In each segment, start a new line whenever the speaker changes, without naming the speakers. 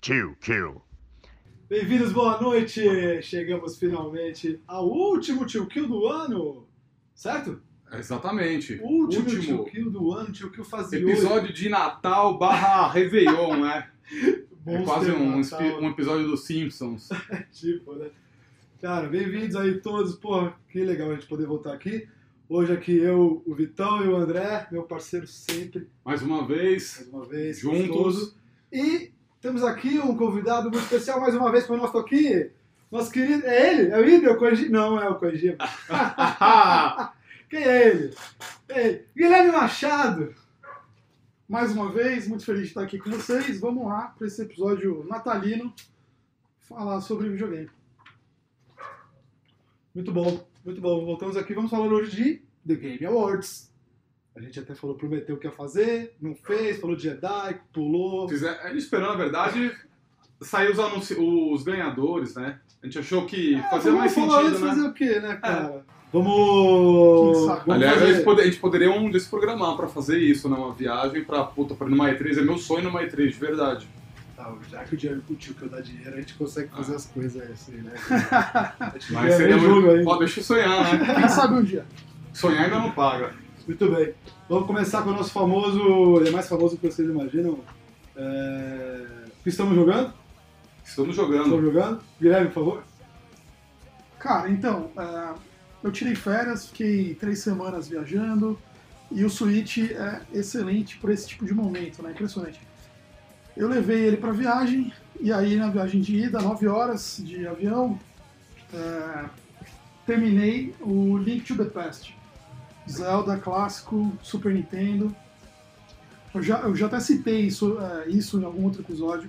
Kill, kill.
Bem-vindos, boa noite! Chegamos finalmente ao último Tio Kill do ano, certo?
Exatamente.
O último, Tio
Último
Kill do ano, Tio Kill fazia
episódio de Natal barra Réveillon, né?
hoje.
É quase um,
Monster Natal,
espi- um episódio dos Simpsons.
tipo, Tá, né? Cara, bem-vindos aí todos, pô, que legal a gente poder voltar aqui. Hoje aqui eu, o Vitão e o André, meu parceiro sempre,
Mais uma vez,
mais uma vez, gostoso.
juntos.
E temos aqui um convidado muito especial mais uma vez conosco aqui. Nosso querido. É ele? É o Ida? É o Kojima? Não, é o Kojima. Quem é ele? É ele. Guilherme Machado!
Mais uma vez, muito feliz de estar aqui com vocês. Vamos lá para esse episódio natalino falar sobre videogame.
Muito bom, muito bom. Voltamos aqui, vamos falar hoje de The Game Awards. A gente até falou, prometeu que ia fazer, não fez, falou de Jedi, pulou.
Fizer- A gente esperou, na verdade, sair os, anunci... os ganhadores, né? A gente achou que fazia
É, Vamos
mais
falar
sentido,
antes,
né?
fazer o quê, né, cara?
É.
Vamos.
Que saco.
vamos
Aliás, a
fazer-
gente, pode- a gente poderia um desprogramar pra fazer isso, né? Uma viagem pra puta, pra ir numa E3. É meu sonho numa E3, de verdade.
Tá, já que o dinheiro curtiu que eu dá dinheiro, a gente consegue
Ah.
fazer as coisas assim, né?
Mas
É,
seria
eu julgo
muito.
ainda.
Ó, deixa eu sonhar, né?
Quem sabe um dia.
Sonhar ainda não paga.
Muito bem. Vamos começar com o nosso famoso. Ele é mais famoso que vocês imaginam. É... o que Estamos jogando?
Estamos jogando.
Estamos jogando? Guilherme, por favor.
Cara, então, é, eu tirei férias, fiquei três semanas viajando e o Switch é excelente para esse tipo de momento, né? Impressionante. Eu levei ele para viagem e aí na viagem de ida, 9 horas de avião, é, terminei o Link to the Past. Zelda clássico, Super Nintendo. Eu já, eu já até citei isso, é, isso em algum outro episódio.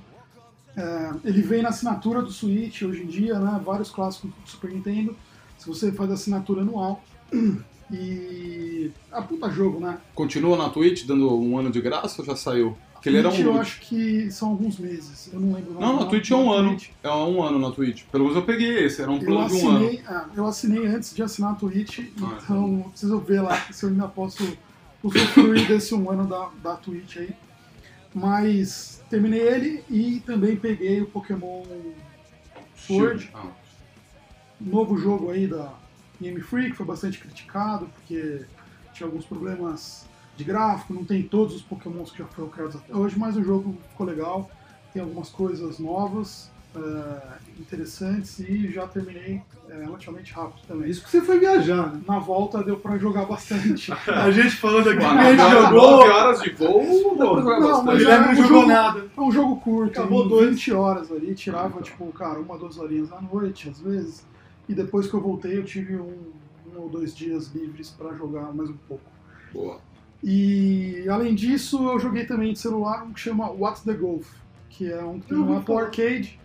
Ele vem na assinatura do Switch hoje em dia, né? Vários clássicos do Super Nintendo. Se você faz a assinatura anual. E. Ah, puta jogo, né?
Continua na Twitch dando um ano de graça ou já saiu? Porque ele era
Twitch,
um.
eu acho que são alguns meses. Eu não lembro.
Não, na Twitch é um
na
ano.
Twitch.
É um ano na Twitch. Pelo menos eu peguei esse, era um
Eu
plano de um ano.
assinei, ah, eu assinei antes de assinar a Twitch,
Ah,
então preciso ver lá se eu ainda posso usufruir desse um ano da, da Twitch aí. Mas terminei ele e também peguei o Pokémon Sword.
Ah,
um novo jogo aí da Game Freak, foi bastante criticado, porque tinha alguns problemas de gráfico, não tem todos os pokémons que já foram criados até hoje, mas o jogo ficou legal, tem algumas coisas novas, eh, interessantes, e já terminei eh, relativamente rápido
É
também.
isso que você foi viajar, né?
Na volta deu pra jogar bastante.
A gente falando aqui,
Claro,
a gente
agora,
jogou.
9 horas de voo, dá pra jogar
Não,
O
bastante.
mas-
Guilherme não
O
jogou
jogo-
nada.
É um jogo curto,
Acabou
em
dois. Então.
20 horas ali, tirava,
Ah, tá.
tipo, cara, uma, duas horinhas à noite, às vezes. E depois que eu voltei, eu tive um, um ou dois dias livres pra jogar mais um pouco.
Boa.
E além disso, eu joguei também de celular um que chama What's the Golf, que é um que tem
Eu ouvi
um Apple
falar.
Arcade.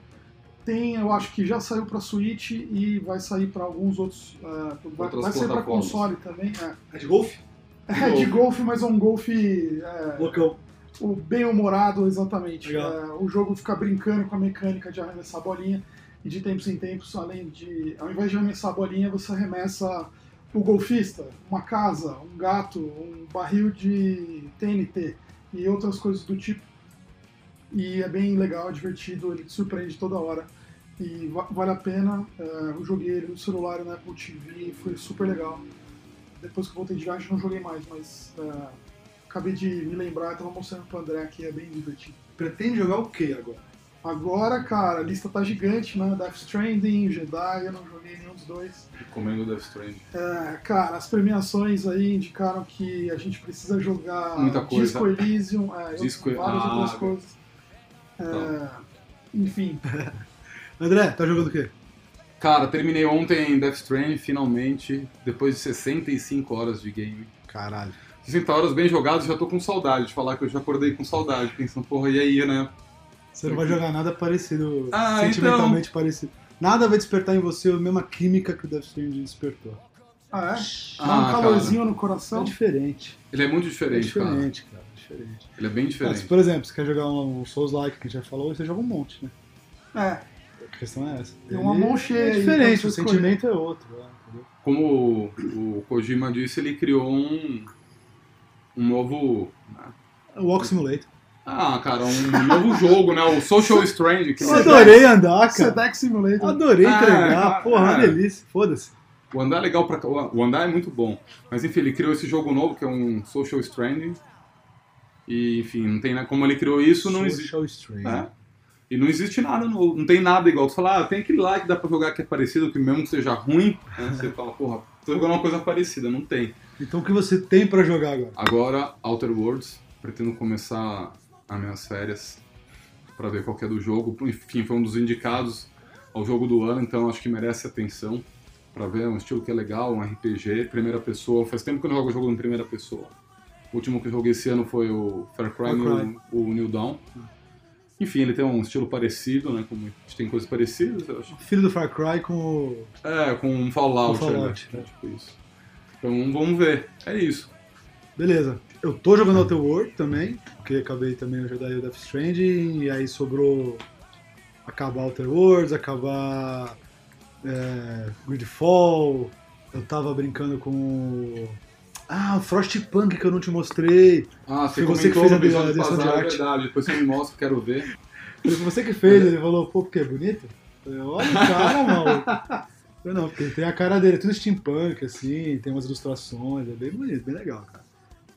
Tem, eu acho que já saiu pra Switch e vai sair pra alguns outros. ah, vai,
Outras
vai sair pra
plataformas.
console também. É,
É de golfe?
É de golfe, mas é um golfe é,
Loucão.
o bem-humorado, exatamente.
Legal.
É, o jogo fica brincando com a mecânica de arremessar a bolinha e de tempos em tempos, além de. Ao invés de arremessar a bolinha, você arremessa o golfista, uma casa, um gato, um barril de TNT e outras coisas do tipo. E é bem legal, é divertido, ele te surpreende toda hora. E va- vale a pena. É, eu joguei ele no celular, né, na Apple TV, foi super legal. Depois que eu voltei de viagem, não joguei mais, mas. é, Acabei de me lembrar, tava mostrando pro André aqui, é bem divertido.
Pretende jogar o quê agora?
Agora, cara, a lista tá gigante, né? Death Stranding, Jedi, eu não joguei nenhum dos dois.
Recomendo Death Stranding.
É, cara, as premiações aí indicaram que a gente precisa jogar
Muita coisa.
Disco Elysium, é,
Disco-
eu- várias
ah,
outras
velho. Então,
coisas. É, enfim,
André, tá jogando o quê?
Cara, terminei ontem Death Stranding, finalmente, depois de 65 horas de game.
Caralho.
60 horas bem jogadas, já tô com saudade de falar que eu já acordei com saudade, pensando, porra, e aí, né?
Você não vai jogar nada parecido,
Ah,
sentimentalmente parecido. Nada vai despertar em você a mesma química que o Death Stranding despertou.
Ah, é? Dá
Ah,
um calorzinho no coração.
É diferente.
Ele é muito
É
diferente, cara.
diferente, cara. é Diferente.
Ele é bem
Mas,
diferente.
por exemplo, você quer jogar um, um Souls-like, que a gente já falou, você joga um monte, né?
É,
A questão é essa.
Tem uma
Ele
mão cheia
É
aí pra
diferente,
você
o
escolher.
sentimento é outro. é, entendeu?
Como o, o Kojima disse, ele criou um, um novo.
O Walk Simulator.
Ah, cara, um novo jogo, né? O Social Strange. Que é
Eu adorei andar, cara.
Sedex Simulator.
Adorei
Ah,
entregar.
cara.
Porra, uma delícia. Foda-se.
O andar é legal pra. O andar é muito bom. Mas enfim, ele criou esse jogo novo, que é um Social Stranding. E enfim, não tem nada. Como ele criou isso, não existe.
Social Strain.
né? E não existe nada novo. Não tem nada igual. Tu fala, ah, tem aquele lá que dá pra jogar que é parecido, que mesmo que seja ruim, né, você fala, porra, tô jogando uma coisa parecida, não tem.
Então o que você tem pra jogar agora?
Agora, Outer Worlds, pretendo começar as minhas férias pra ver qual que é do jogo. Enfim, foi um dos indicados ao jogo do ano, então acho que merece atenção pra ver. É um estilo que é legal, um RPG, primeira pessoa. Faz tempo que eu não jogo jogo em primeira pessoa. O último que eu joguei esse ano foi o Far Cry,
Far Cry.
New- o New Dawn. Enfim, ele tem um estilo parecido, né? Como a gente tem coisas parecidas, eu acho.
Filho do Far Cry com o
É, com um Fallout,
Com Fallout, é.
né? Tipo isso. Então vamos ver. É isso.
Beleza. Eu tô jogando Outer World também, porque acabei também de jogar o Death Stranding, e aí sobrou acabar Outer Worlds, acabar é, Gridfall. Eu tava brincando com. o- Ah, o Frostpunk que eu não te mostrei.
Ah,
Foi você que
comentou
fez
no
a
episódio
direção de
passado,
arte.
É verdade, depois você me mostra, quero ver.
Falei, foi você que fez. Ele falou, pô, porque é bonito? Eu Falei, olha o cara, maluco. Eu não, porque tem a cara dele, é tudo steampunk, assim, tem umas ilustrações, é bem bonito, bem legal, cara.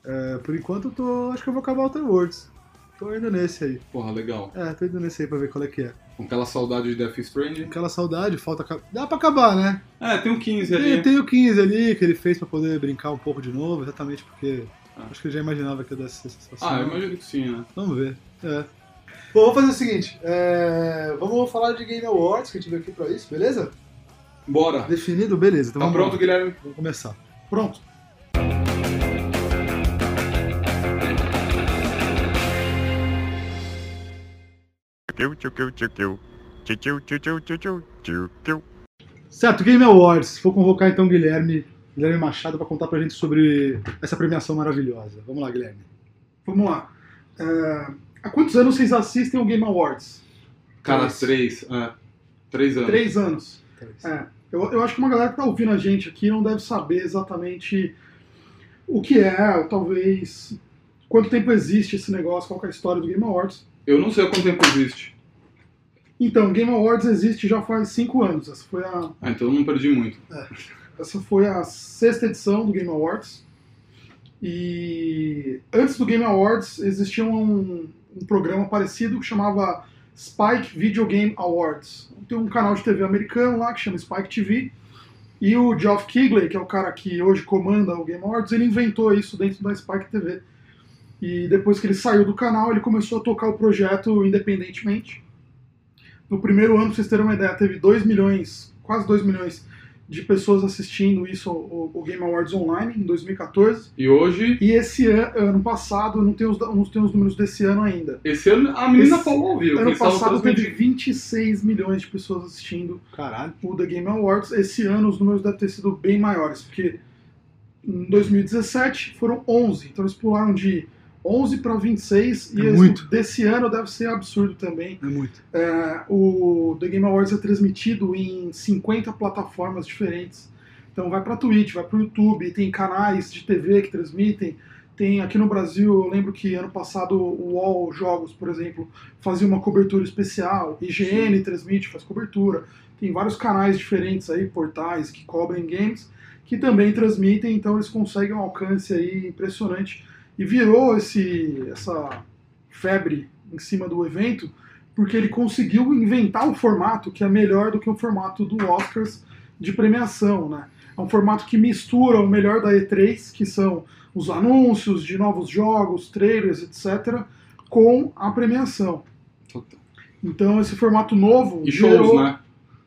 É, por enquanto eu tô. Acho que eu vou acabar Outer Worlds. Tô indo nesse aí.
Porra, legal.
É, tô indo nesse aí pra ver qual é que é.
Com aquela saudade de Death Stranding.
Aquela saudade, falta. aca- Dá pra acabar, né?
É, tem um 15 ali.
Tem, tem o 15 ali que ele fez pra poder brincar um pouco de novo, exatamente porque.
Ah.
Acho que eu já imaginava que ia dar essa sensação.
Ah, eu imagino que sim, né?
Vamos ver. É. Bom, vamos fazer o seguinte: é, vamos falar de Game Awards que a gente veio aqui pra isso, beleza?
Bora.
Definido? Beleza. Então
Tá
vamos
pronto,
lá.
Guilherme?
Vamos começar.
Pronto.
Tchau, tchau, tchau, tchau, tchau. Tchau, tchau, tchau, tchau, tchau, tchau, tchau, tchau.
Certo, Game Awards. Vou convocar então o Guilherme, Guilherme Machado pra contar pra gente sobre essa premiação maravilhosa. Vamos lá, Guilherme.
Vamos lá. É, há quantos anos vocês assistem o Game Awards?
Cara,
Três.
três. É. Três anos.
Três anos. É, eu, eu acho que uma galera que tá ouvindo a gente aqui não deve saber exatamente o que é, ou talvez quanto tempo existe esse negócio, qual que é a história do Game Awards.
Eu não sei há quanto tempo existe.
Então, o Game Awards existe já faz cinco anos. Essa foi a
Ah, então eu não perdi muito.
Essa foi a sexta edição do Game Awards. E antes do Game Awards existia um, um programa parecido que chamava Spike Video Game Awards. Tem um canal de TV americano lá que chama Spike TV. E o Geoff Keighley, que é o cara que hoje comanda o Game Awards, ele inventou isso dentro da Spike TV. E depois que ele saiu do canal, ele começou a tocar o projeto independentemente. No primeiro ano, pra vocês terem uma ideia, teve 2 milhões, quase 2 milhões de pessoas assistindo isso, o, o Game Awards Online, em 2014.
E hoje,
E esse ano, ano passado, eu não tenho os, da- não tenho os números desse ano ainda.
esse ano, a menina
Esse-
falou, viu?
ano
Eles estavam
passado teve
transmitindo.
26 milhões de pessoas assistindo
Caralho.
o The Game Awards. Esse ano os números devem ter sido bem maiores, porque em 2017 foram 11, então eles pularam de 11 para 26 e
É
esse-
muito.
desse ano deve ser absurdo também.
É muito.
É, o The Game Awards é transmitido em 50 plataformas diferentes. Então vai pra Twitch, vai pro YouTube, tem canais de TV que transmitem. Tem aqui no Brasil, eu lembro que ano passado o UOL Jogos, por exemplo, fazia uma cobertura especial. IGN transmite, faz cobertura. Tem vários canais diferentes aí, portais que cobrem games, que também transmitem, então eles conseguem um alcance aí impressionante. E virou esse, essa febre em cima do evento porque ele conseguiu inventar um formato que é melhor do que o formato do Oscars de premiação, né? É um formato que mistura o melhor da E3, que são os anúncios de novos jogos, trailers, etc, com a premiação. Então esse formato novo
E shows, né?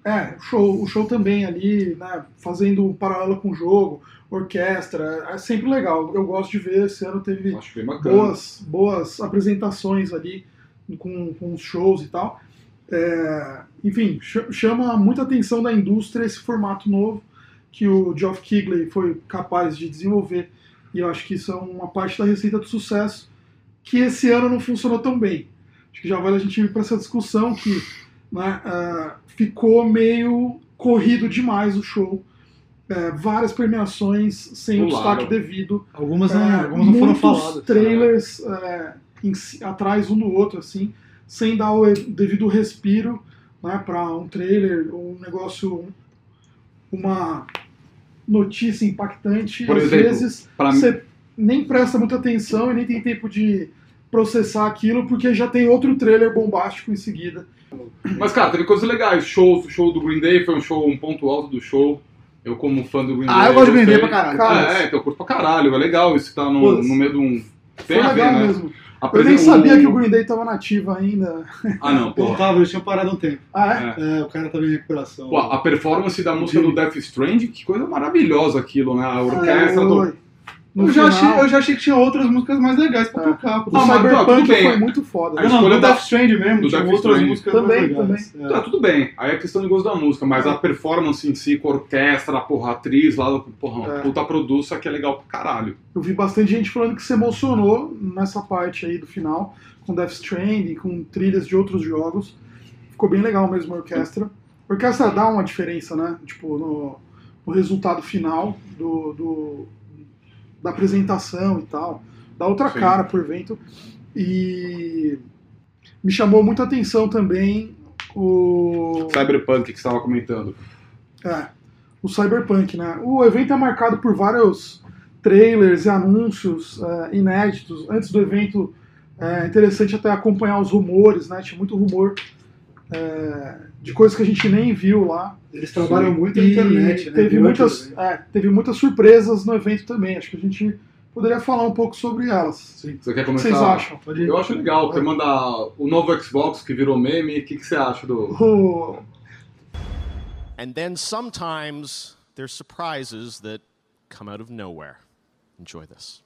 É, o show, o show também ali, né, fazendo um paralelo com o jogo, orquestra, é sempre legal. Eu gosto de ver, esse ano teve
Acho bem bacana.
boas, boas apresentações ali com, com os shows e tal. É, enfim, ch- chama muita atenção da indústria esse formato novo que o Geoff Keighley foi capaz de desenvolver. E eu acho que isso é uma parte da receita do sucesso que esse ano não funcionou tão bem. Acho que já vale a gente ir para essa discussão que né, ah, ficou meio corrido demais o show. É, várias premiações sem o
Pularam.
destaque devido.
Algumas não,
né,
É,
algumas não foram
muitos
faladas.
trailers é, em si- atrás um do outro, assim, sem dar o e- devido respiro né, para um trailer, um negócio, uma notícia impactante.
Por
Às
exemplo,
vezes
Pra mim,
você nem presta muita atenção e nem tem tempo de processar aquilo, porque já tem outro trailer bombástico em seguida.
Mas, cara, teve coisas legais. Shows, o show do Green Day foi um show, um ponto alto do show. Eu, como fã do Green Day.
Ah, eu gosto de Green Day
gostei.
pra caralho.
Ah, é, então eu curto pra caralho. É legal isso que tá
Pô,
no, no meio de um.
Foi legal
né?
mesmo.
A
Eu nem
presen-
sabia que o Green Day estava nativo ainda.
Ah, não,
Eu
porra.
tava, eu tinha parado um tempo.
Ah, é?
É.
É, o
tá
cara tava em recuperação.
Pô, a performance da música do Death Strand, que coisa maravilhosa aquilo, né? A orquestra
Ah,
do.
oi. No
eu, já
final-
achei, eu já achei que tinha outras músicas mais legais
É.
pra tocar. pô.
O
Ah, mas, tá,
Cyberpunk
tudo bem.
foi muito foda.
A
não,
escolha
do
da-
Death Strand mesmo,
do
tinha
Death
outras
Strand.
músicas
Também,
mais legais.
Tá, tudo bem. Aí é questão de gosto da música, mas
É.
a performance em si, com a orquestra, porra, a atriz lá, porra, uma
É.
puta produça que é legal pra caralho.
Eu vi bastante gente falando que se emocionou nessa parte aí do final, com Death Stranding, com trilhas de outros jogos. Ficou bem legal mesmo a orquestra. A orquestra dá uma diferença, né? Tipo, no, no resultado final do, do- da apresentação e tal. Dá outra
Sim.
cara por vento. E me chamou muita atenção também o.
Cyberpunk que você tava comentando.
É, o Cyberpunk, né? O evento é marcado por vários trailers e anúncios é, inéditos. Antes do evento, é interessante até acompanhar os rumores, né? Tinha muito rumor é, de coisas que a gente nem viu lá.
Eles trabalham muito na
E
internet, né?
Teve
durante o
muitas,
evento.
é, teve muitas surpresas no evento também. Acho que a gente poderia falar um pouco sobre elas.
Você quer
O que
começar?
vocês acham?
Pode ir.
Eu acho legal, o tema da o novo Xbox que virou meme, o que, que você acha do.
O-
And then sometimes there's surprises that come out of nowhere. Enjoy this.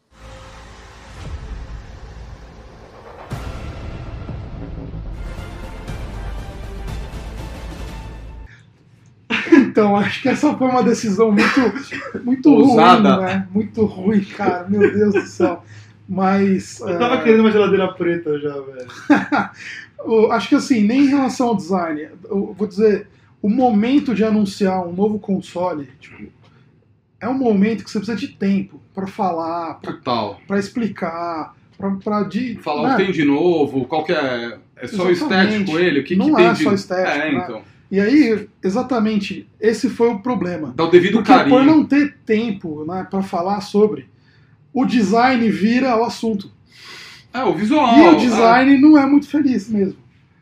Então, acho que essa foi uma decisão muito, muito
Ousada.
ruim, né? Muito ruim, cara. Meu Deus do céu. Mas.
Eu
é,
tava querendo uma geladeira preta já, velho.
eu acho que assim, nem em relação ao design, eu vou dizer, o momento de anunciar um novo console, tipo, é um momento que você precisa de tempo pra falar,
Total.
pra explicar, pra, pra de,
Falar o
né?
que tem de novo, qual que é. É só
Exatamente.
estético ele? O que,
Não
que
é
tem de.
só estético,
é,
né?
então.
E aí, exatamente, esse foi o problema.
Dá o devido
Porque
carinho.
por não ter tempo né, para falar sobre, o design vira o assunto.
É, o visual.
E o design não é muito feliz mesmo.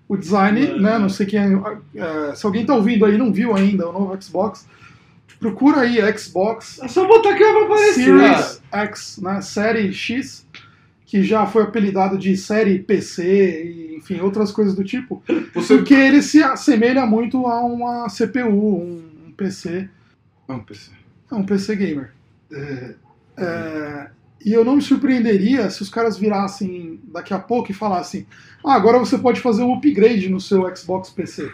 O design,
Não.
né? Não sei quem. é, se alguém tá ouvindo aí e não viu ainda o novo Xbox, procura aí Xbox
É só botar aqui pra aparecer.
Series X, né? Série X, que já foi apelidado de série PC e enfim, outras coisas do tipo.
é. Você.
Porque ele se assemelha muito a uma CPU, um, um PC.
Não, PC.
É um PC gamer. É, e eu não me surpreenderia se os caras virassem daqui a pouco e falassem: ah, agora você pode fazer um upgrade no seu Xbox PC.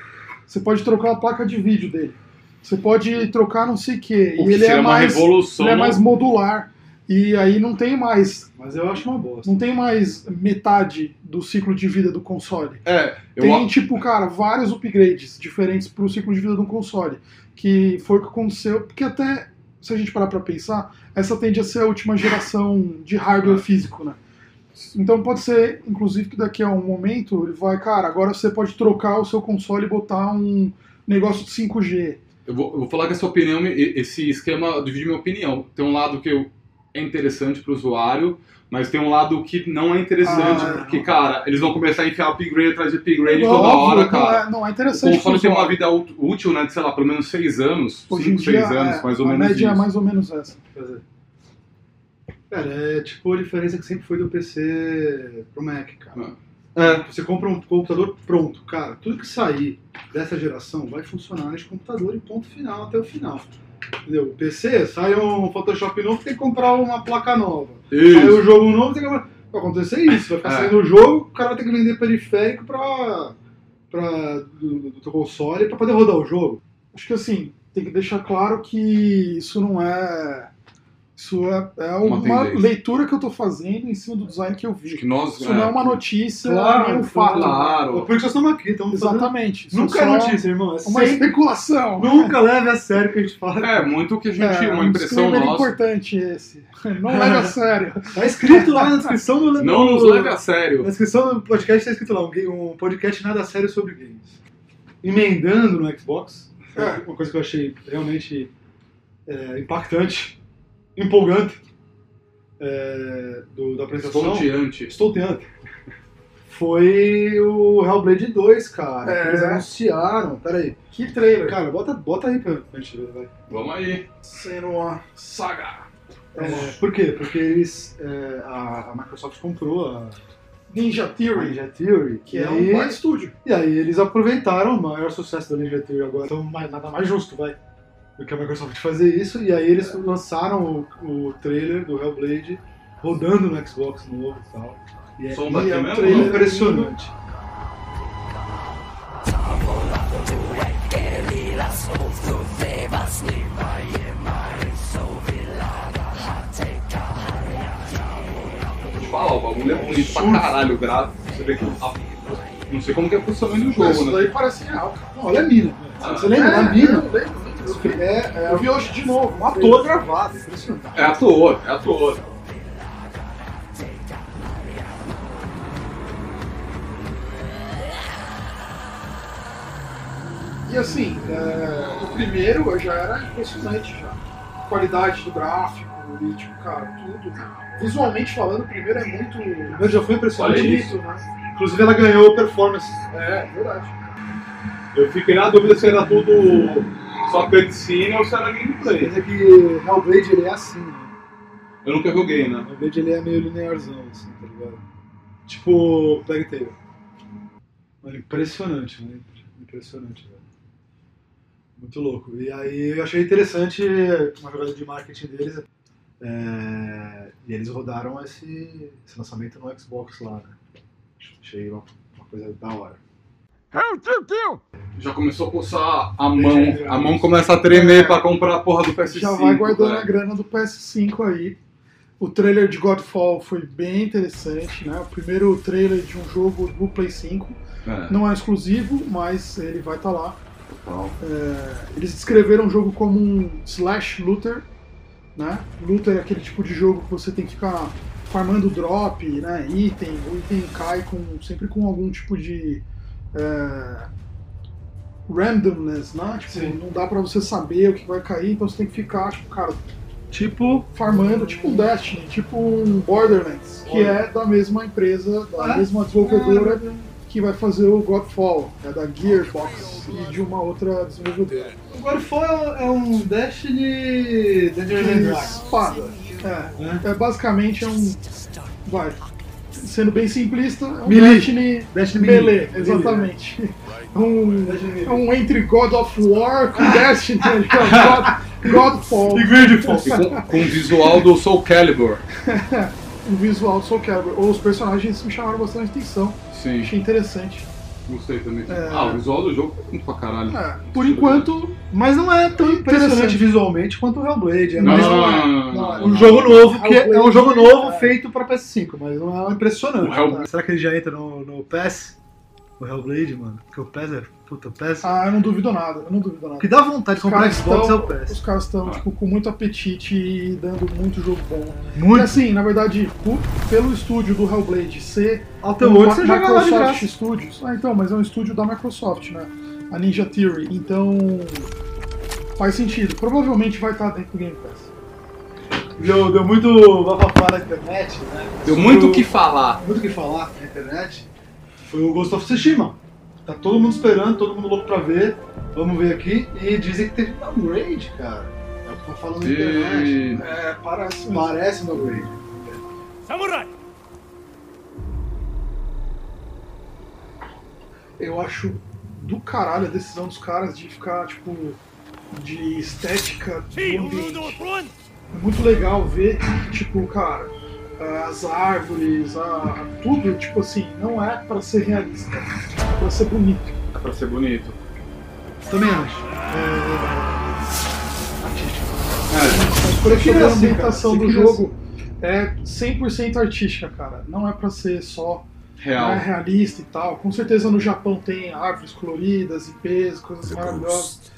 Você pode trocar a placa de vídeo dele. Você pode trocar não sei o quê.
O
e
que
ele
seria
é,
uma
mais,
revolução.
ele é mais modular. E aí não tem mais.
Mas eu acho uma bosta.
Não tem mais metade do ciclo de vida do console.
É, eu
Tem, tipo, cara, vários upgrades diferentes pro ciclo de vida de um console. Que foi o que aconteceu, porque até, se a gente parar pra pensar, essa tende a ser a última geração de hardware físico, né? Então pode ser, inclusive, que daqui a um momento ele vai, cara, agora você pode trocar o seu console e botar um negócio de 5G.
Eu vou, eu vou falar que essa opinião, me- e- esse esquema divide minha opinião. Tem um lado que eu- é interessante para o usuário, mas tem um lado que não é interessante,
Ah,
porque, cara, eles vão começar a enfiar upgrade atrás de upgrade
Óbvio,
toda hora,
não
cara.
é- Não, é
O
interessante.
console
pro
tem uma
usuário.
vida ú- útil, né, de, sei lá, pelo menos seis anos,
Hoje em
cinco,
dia,
seis anos,
é,
mais ou
a
menos
média é
isso.
mais ou menos essa.
Quer dizer, Cara, é tipo a diferença que sempre foi do PC pro Mac, cara.
Ah.
É, você compra um computador pronto, cara. Tudo que sair dessa geração vai funcionar nesse computador e ponto final até o final. Entendeu? O PC, sai um Photoshop novo, tem que comprar uma placa nova. Sai um jogo novo, tem que comprar. Vai acontecer isso, vai ficar
É.
saindo o jogo, o cara vai ter que vender periférico pra, pra, do, do teu console pra poder rodar o jogo.
Acho que assim, tem que deixar claro que isso não é. Isso é, é uma,
tendência.
leitura que eu tô fazendo em cima do design que eu
Acho
vi.
que nós.
Isso não é uma notícia, nem um fato.
É Por
Claro.
que nós estamos aqui, estamos fazendo-
Exatamente. Isso
Nunca
é
é
só
notícia, irmão. É
Uma
sempre-
especulação.
Nunca leve a sério o que a gente fala.
É, muito que a gente.
É,
uma
um
impressão
disclaimer
nossa.
importante esse. Não leva a sério.
Tá escrito lá na descrição do
Não nos leve a sério.
Na descrição do podcast tá escrito lá, um, game- um podcast nada sério sobre games. Emendando no Xbox,
É.
uma coisa que eu achei realmente é, impactante, empolgante é, do- da apresentação.
Estonteante.
Estou tendo. Foi o Hellblade 2, cara. que
É.
Eles anunciaram. Peraí.
Que trailer.
Cara, bota, bota aí pra pra gente ver, vai.
Vamos aí.
Senua Saga.
É, por quê? Porque eles. é, a, a Microsoft comprou a
Ninja Theory,
Ninja Theory,
que
e
é
aí-
um bar estúdio.
E aí eles aproveitaram o maior sucesso da Ninja Theory agora, então mais- nada mais justo, vai, do que a Microsoft fazer isso. E aí eles lançaram o, o trailer do Hellblade rodando no Xbox novo e tal. E é,
Som
e
daqui
é um
mesmo,
trailer
não?
impressionante.
Fala, o bagulho é bonito pra caralho, o gráfico. Você vê que. a- Não sei como que é o funcionamento do
Pô, isso
jogo, né?
daí parece real. cara.
Não, olha a mina. né?
Ah.
Você lembra da mina?
É, eu lembro, eu vi.
É, é
Eu vi hoje de novo, uma toa gravada, impressionante.
É ator, é ator.
E assim, é, o primeiro já era impressionante já. A qualidade do gráfico, e, tipo, cara, tudo. né? Visualmente falando, o primeiro é muito
Mas já foi impressionante.
Olha
Isso.
bonito, né?
Inclusive ela ganhou performance.
É, verdade.
Eu fiquei na dúvida se era tudo só cutscene ou se era gameplay.
Mas é que Hellblade ele é assim, né?
Eu nunca joguei, né?
O verde ele é meio linearzão, assim, tá ligado? Tipo Plague Tale. Mano, impressionante, né? Impressionante, velho. Muito louco. E aí eu achei interessante uma jogada de marketing deles. é, E eles rodaram esse, esse lançamento no Xbox lá, né? Achei uma, uma coisa da hora.
Já começou a coçar
É,
a mão. A mão começa a tremer pra comprar a porra do PS5.
Já vai guardando
cara.
a grana do PS5 aí. O trailer de Godfall foi bem interessante, né? O primeiro trailer de um jogo do Play 5.
É, Então.
Não é exclusivo, mas ele vai estar lá.
total.
Eles descreveram o jogo como um slash looter, né? Looter é aquele tipo de jogo que você tem que ficar farmando drop, né? Item, o item cai com, sempre com algum tipo de é, randomness, né? Tipo,
Sim.
não dá pra você saber o que vai cair, então você tem que ficar, tipo, cara,
Tipo.
farmando, tipo um Destiny, tipo um Borderlands, que é da mesma empresa, da
Ah.
mesma desenvolvedora que vai fazer o Godfall, é da Gearbox e de uma outra desenvolvedora.
O Godfall é um Destiny. Dungeons and Dragons.
espada. É, é basicamente é um. Vai. Sendo bem simplista, é um
Melee.
Destiny
Destiny
Melee,
Melee,
exatamente. É um,
Destiny
é
Melee.
um entre God of War com Destiny, é God, Godfall,
E Gridfall.
E com, com o visual do Soul Calibur.
um visual Soul Calibur. Os personagens me chamaram bastante atenção,
Sim,
achei interessante.
gostei também. Ah, o visual do jogo é muito pra caralho.
É, por enquanto,
Mas não é tão impressionante
Interessante.
visualmente quanto o Hellblade. É
Não,
mais
não,
um-
não, não, não,
não,
não,
não.
um
não.
jogo novo, que é um
Hellblade,
jogo novo
é.
feito pra PS5, mas não é impressionante.
O Hell-
Será que ele já entra no, no PES? O Hellblade, mano? Porque o PES é. Puta, o PES.
ah, eu não duvido nada, eu não duvido
O
nada.
que dá vontade de
Os
comprar
caras
Xbox
estão-
é o
Os
PES.
caras estão tipo, com muito apetite e dando muito jogo bom. E
Muito.
assim, na verdade, por- pelo estúdio do Hellblade ser
Até Então, hoje você
Ma-
joga lá de
Microsoft
graça.
Studios. Ah, então, mas é um estúdio da Microsoft, né? A Ninja Theory. Então. Faz sentido. Provavelmente vai estar dentro do Game Pass.
Deu, deu é muito bafafá na internet, né?
Deu muito o
Sobre
que falar.
muito o que falar na internet foi o Ghost of Tsushima. Tá todo mundo esperando, todo mundo louco pra ver. Vamos ver aqui. E dizem que teve downgrade, cara. É o que estão falando na internet.
E...
É, parece.
Parece um downgrade.
Samurai!
eu acho do caralho a decisão dos caras de ficar, tipo, de estética do
um
ambiente. É muito legal ver que, tipo, cara, as árvores, a, tudo, tipo assim, não é pra ser realista, é pra ser bonito.
É pra ser bonito.
Também acho.
É,
Por aqui
Sobre
a
a música,
ambientação
se
do
quiser-
jogo é 100% artística, cara. Não é pra ser só né,
real.
realista e tal. Com certeza no Japão tem árvores coloridas, IPs, coisas maravilhosas.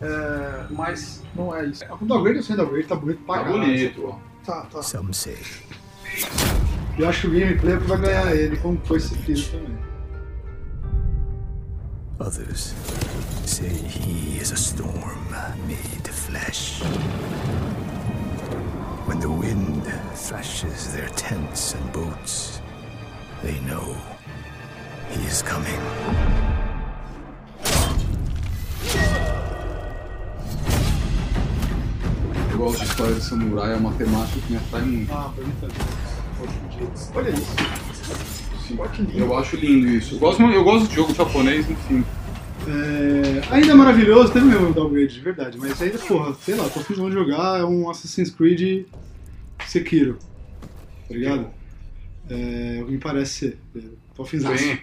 É, mas não é isso.
O downgrade eu sei, o downgrade tá bonito
é.
pra
Tá
caralho.
bonito.
Tá, tá.
E eu acho que o gameplay é que vai ganhar ele, como foi esse filho também.
Others say he is a storm made of flesh. When the wind thrashes their tents and boats, they know he is coming.
Eu gosto de história de samurai, é uma temática que me atrai muito.
Ah, pra mim tá bom. Olha isso.
Sim. assim. Eu acho lindo isso. Eu gosto, mu- eu gosto de jogo japonês, enfim.
É, ainda é maravilhoso, teve mesmo o downgrade, de verdade, mas ainda, porra, sei lá, tô afim de jogar, é um Assassin's Creed Sekiro, tá ligado? É, me parece ser, é, tô afinzado.
Bem,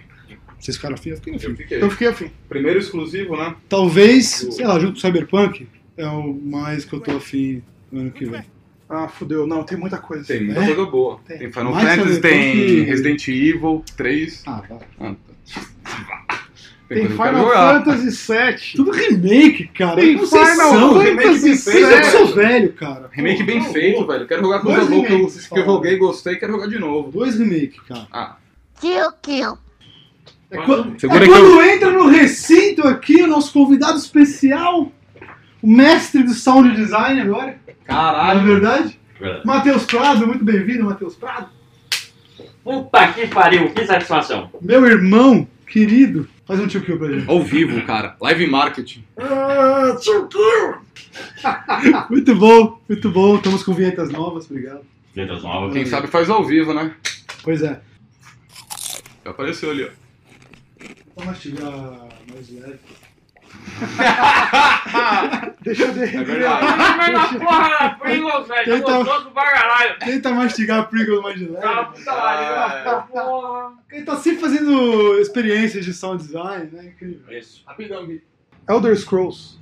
Vocês ficaram afim, eu fiquei afim.
eu fiquei.
Eu fiquei afim.
Primeiro exclusivo, né?
Talvez, sei lá, junto com Cyberpunk, é o mais que eu tô afim ano que vem.
Ah, fudeu. Não, tem muita coisa.
Tem muita
É?
coisa boa.
Tem.
Tem, Final
Mais
Fantasy,
Cyberpunk que-
tem Resident Evil 3.
Ah, tá.
Ah, tá.
Tem
coisa que eu quero
Final
jogar.
Fantasy VII.
Tudo remake, cara. é
Tem
Não sei
Final
são.
Fantasy
Remake bem
VII.
feito, Eu sou é velho, cara.
Remake bem
Pô,
feito, velho. Quero jogar coisa
Dois
boa que eu,
remakes,
que eu
fala.
joguei, gostei, quero jogar de novo.
Dois remake, cara.
Ah,
É quando,
Segura
é
que eu-
quando entra no recinto aqui o nosso convidado especial, o mestre do sound design agora,
Ah,
não é
Caralho.
verdade? Matheus Prado, muito bem-vindo, Matheus Prado.
Puta que pariu, que satisfação.
Meu irmão, querido, faz um tio kill pra gente.
ao vivo, cara. Live marketing.
Muito bom, muito bom. Estamos com vinhetas novas, obrigado.
Letras novas.
Quem sabe faz ao vivo, né?
Pois é,
Já apareceu ali, ó.
vou mastigar mais leve.
Deixa eu ver.
É verdade.
Mas porra da Pringles, velho.
Quem tá-
Gostoso pra caralho.
Tenta mastigar Pringles mais leve.
Tá, puta lá, porra.
Ele tá sempre fazendo experiências de sound design, né? Incrível.
Isso.
Elder Scrolls.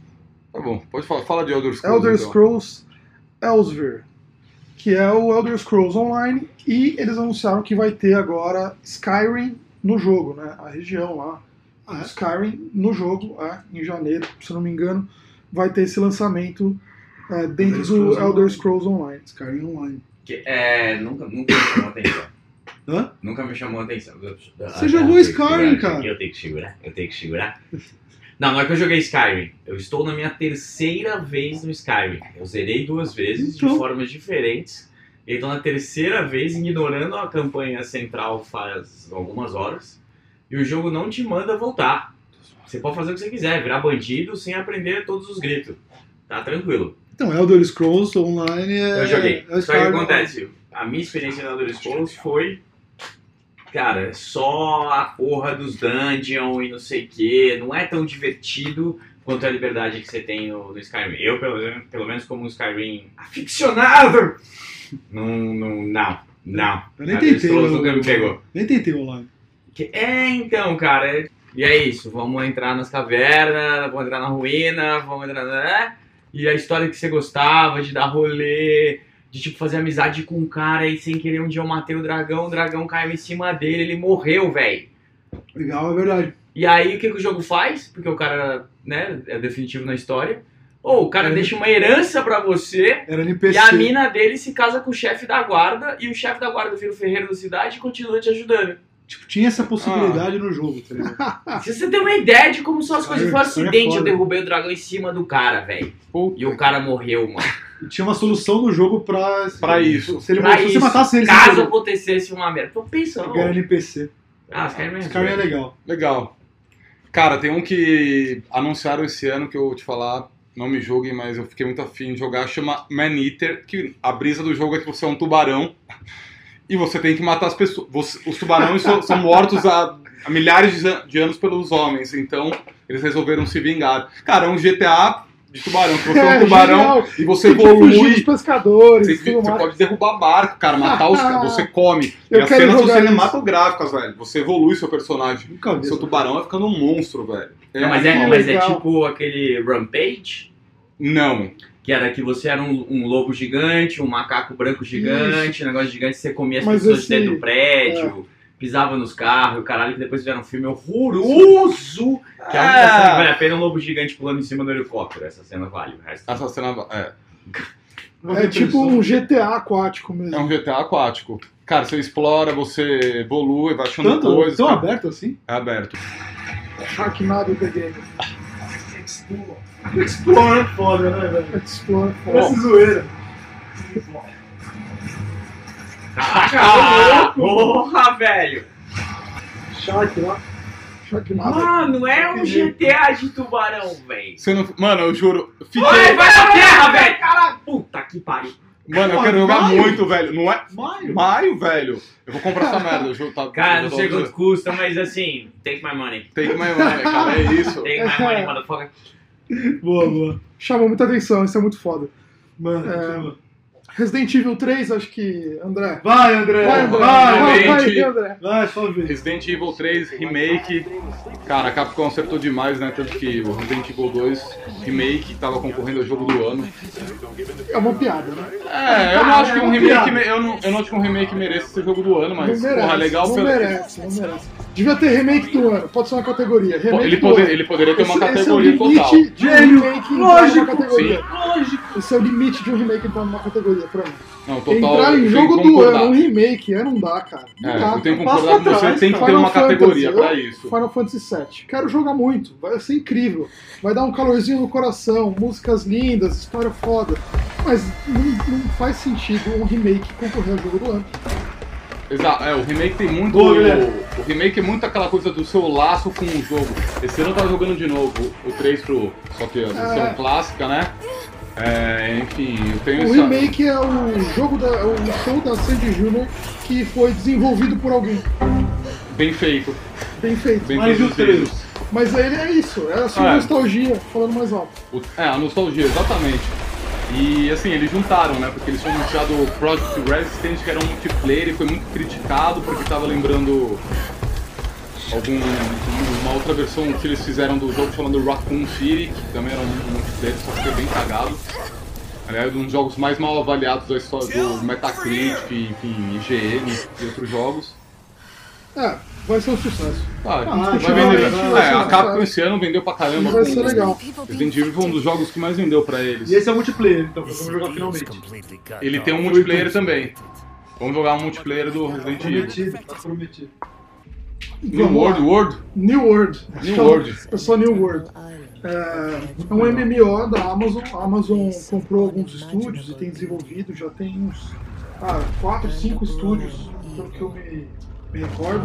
Tá bom, pode falar. Fala de Elder Scrolls.
Elder
então.
Scrolls Elsevier. Que é o Elder Scrolls Online. E eles anunciaram que vai ter agora Skyrim no jogo, né? A região lá.
Ah, é?
Skyrim no jogo, é, em janeiro, se eu não me engano, vai ter esse lançamento é, dentro
Elder
do
Scrolls Online.
Elder Scrolls Online.
Skyrim Online.
Que- é, nunca, nunca me chamou atenção.
Hã?
Nunca me chamou atenção. Você
jogou Skyrim, cara.
Eu tenho que segurar, eu tenho que segurar. Não, não é que eu joguei Skyrim. Eu estou na minha terceira vez no Skyrim. Eu zerei duas vezes
Então.
de formas diferentes. E estou na terceira vez ignorando a campanha central faz algumas horas. E o jogo não te manda voltar. Você pode fazer o que você quiser, virar bandido sem aprender todos os gritos. Tá tranquilo.
Então, Elder Scrolls Online é.
Eu joguei.
É o
Só que
Skyrim
acontece, a minha experiência na Elder Scrolls foi. Cara, só a porra dos dungeons e não sei o que. Não é tão divertido quanto a liberdade que você tem no, no Skyrim. Eu, pelo, pelo menos, como um Skyrim aficionado, não. Não. Não. não.
Eu nem
Elder
tentei um
Scrolls
o-
nunca me pegou.
Nem tentei online.
Que- É, então, cara. é- E é isso. Vamos entrar nas cavernas, vamos entrar na ruína, vamos entrar. Né? E a história que você gostava, de dar rolê, de tipo fazer amizade com um cara e sem querer um dia eu matei o dragão, o dragão caiu em cima dele, ele morreu, velho.
Legal, é verdade.
E aí o que, que o jogo faz? Porque o cara, né, é definitivo na história. Ou o cara
É.
deixa uma herança pra você
Era NPC.
e a mina dele se casa com o chefe da guarda e o chefe da guarda vira o ferreiro da cidade e continua te ajudando.
Tipo, tinha essa
Ah.
possibilidade no jogo, tá ligado?
Se Ah, você tem uma ideia de como são as coisas, foi um
Isso aí é
acidente, eu
foda.
derrubei o dragão em cima do cara, velho.
Puta.
E o cara morreu, mano.
E tinha uma solução no jogo pra.
Pra isso.
Se ele
Pra
morresse, se
isso,
matasse ele.
Caso
você-
acontecesse uma merda. Tô pensando.
Era NPC.
Ah, os caras me
Skyrim é legal.
Legal. Cara, tem um que anunciaram esse ano que eu vou te falar, não me julguem, mas eu fiquei muito afim de jogar, chama Man Eater, que a brisa do jogo é que você é um tubarão e você tem que matar as pessoas. Você- os tubarões são, são mortos a há milhares de, an- de anos pelos homens. Então, eles resolveram se vingar. Cara, é um GTA de tubarão. que Você é um tubarão
genial.
e
Você
você
tem que fugir dos
evolui.
pescadores,
Você,
tudo
você
mais.
pode derrubar barco, cara, matar os caras, você come.
Eu
e as
quero
cenas são
jogar isso.
cinematográficas, velho. Você evolui seu personagem.
Nunca vi.
Seu tubarão vai ficando um monstro, velho.
Não, mas é,
animal.
mas é
Legal.
tipo aquele Rampage,
Não.
que era que você era um, um lobo gigante, um macaco branco gigante, um negócio gigante, você comia as
Mas
pessoas
esse-
dentro do prédio, pisava nos carros, e o caralho, que depois fizeram um filme horroroso, que a única cena que vale a pena é um lobo gigante pulando em cima do helicóptero. Essa cena vale, o resto...
Essa cena va- é,
É tipo um GTA aquático
é
mesmo.
um GTA aquático. Cara, você explora, você evolui, vai achando
Tanto,
coisas.
tão
cara.
aberto assim?
É aberto.
Sharknado The Game.
Explora é foda, né, velho?
Explore. é
Parece zoeira.
Ah, porra, velho!
Shark lá.
Sharknado.
Ah,
Mano, é um GTA de tubarão, velho!
Você não... Mano, eu juro. Fiquei...
Vai, vai pra terra, velho! Caralho, puta que pariu!
Mano, eu quero jogar muito, velho. Não é.
Maio.
Maio, velho. Eu vou comprar essa merda. Eu juro, tá...
Cara, não
eu tô-
sei quanto custa, mas assim, take my money.
Take my money, cara. É isso.
Take my money, motherfucker.
Boa, boa.
Chamou muita atenção, isso é muito foda.
Mano,
É.
continua.
Resident Evil 3, acho que. André.
vai, André.
Vai,
Vai,
André. Vai,
vai,
vai,
Ah, realmente.
André.
é
vai, só ver.
Resident Evil 3 Remake. Cara, a Capcom acertou demais, né? Tanto que o Resident Evil 2 Remake tava concorrendo ao jogo do ano.
É uma piada, né?
É, eu não acho que um remake. me- Eu não, eu não acho que um remake mereça ser jogo do ano, mas.
não merece.
Porra, legal
não
pelo-
merece, não merece. Devia ter remake do ano. Pode ser uma categoria.
Pô,
Remake
Ele,
do
poder-
ano.
ele poderia ter uma
Esse-
categoria
esse é o
total.
limite de um
Gênio,
remake entrar
lógico,
numa categoria. Esse é o limite de um remake entrar numa categoria, pra mim.
Não, total.
entrar
eu
em
tenho
jogo
que
do
concordar.
ano, um remake, é, não dá, cara. Não
É,
dá.
eu tenho que
Passa
concordar com
pra
você,
trás,
tem que
cara.
ter uma
Final
categoria
Fantasy,
pra
eu-
isso.
Final Fantasy VII. Quero jogar muito, vai ser incrível. Vai dar um calorzinho no coração, músicas lindas, história foda. Mas não, não faz sentido um remake concorrer ao jogo do ano.
Exato, é, o remake tem muito.
Boa, Guilherme.
o remake é muito aquela coisa do seu laço com o jogo. Esse ano eu tava jogando de novo o 3 pro. Só que a versão
É.
clássica, né? É, enfim, eu tenho
O
essa-
remake é o jogo da, é o show da Sandy Jr. que foi desenvolvido por alguém.
Bem feito.
Bem feito.
Bem
Mas e o
produzido.
3?
Mas ele é isso, é a sua
É.
nostalgia, falando mais alto.
O- É, a nostalgia, exatamente. E assim, eles juntaram, né? Porque eles tinham anunciado o Project Resistance, que era um multiplayer e foi muito criticado porque tava lembrando algum, uma outra versão que eles fizeram do jogo chamado Raccoon City, que também era um multiplayer, só que foi bem cagado. Aliás, um dos jogos mais mal avaliados da história do Metacritic, enfim, IGN e outros jogos.
É, vai ser um sucesso.
Ah,
Ah,
vai
vai,
vender. É,
vai, vai,
a
vai.
Capcom esse ano vendeu pra caramba.
Vai
com-
ser legal.
Resident Evil foi um dos jogos que mais vendeu pra eles.
E esse é o multiplayer, então, vamos jogar
It's
finalmente.
completely cut
Ele
off.
tem um multiplayer também. Vamos jogar um multiplayer do Resident Evil.
Prometido, tá prometido.
New
Vamos lá.
World, World?
New World.
New World.
É só New World. É, é um MMO da Amazon. A Amazon comprou alguns estúdios e tem desenvolvido, já tem uns 4, 5 estúdios, pelo que eu me, me recordo.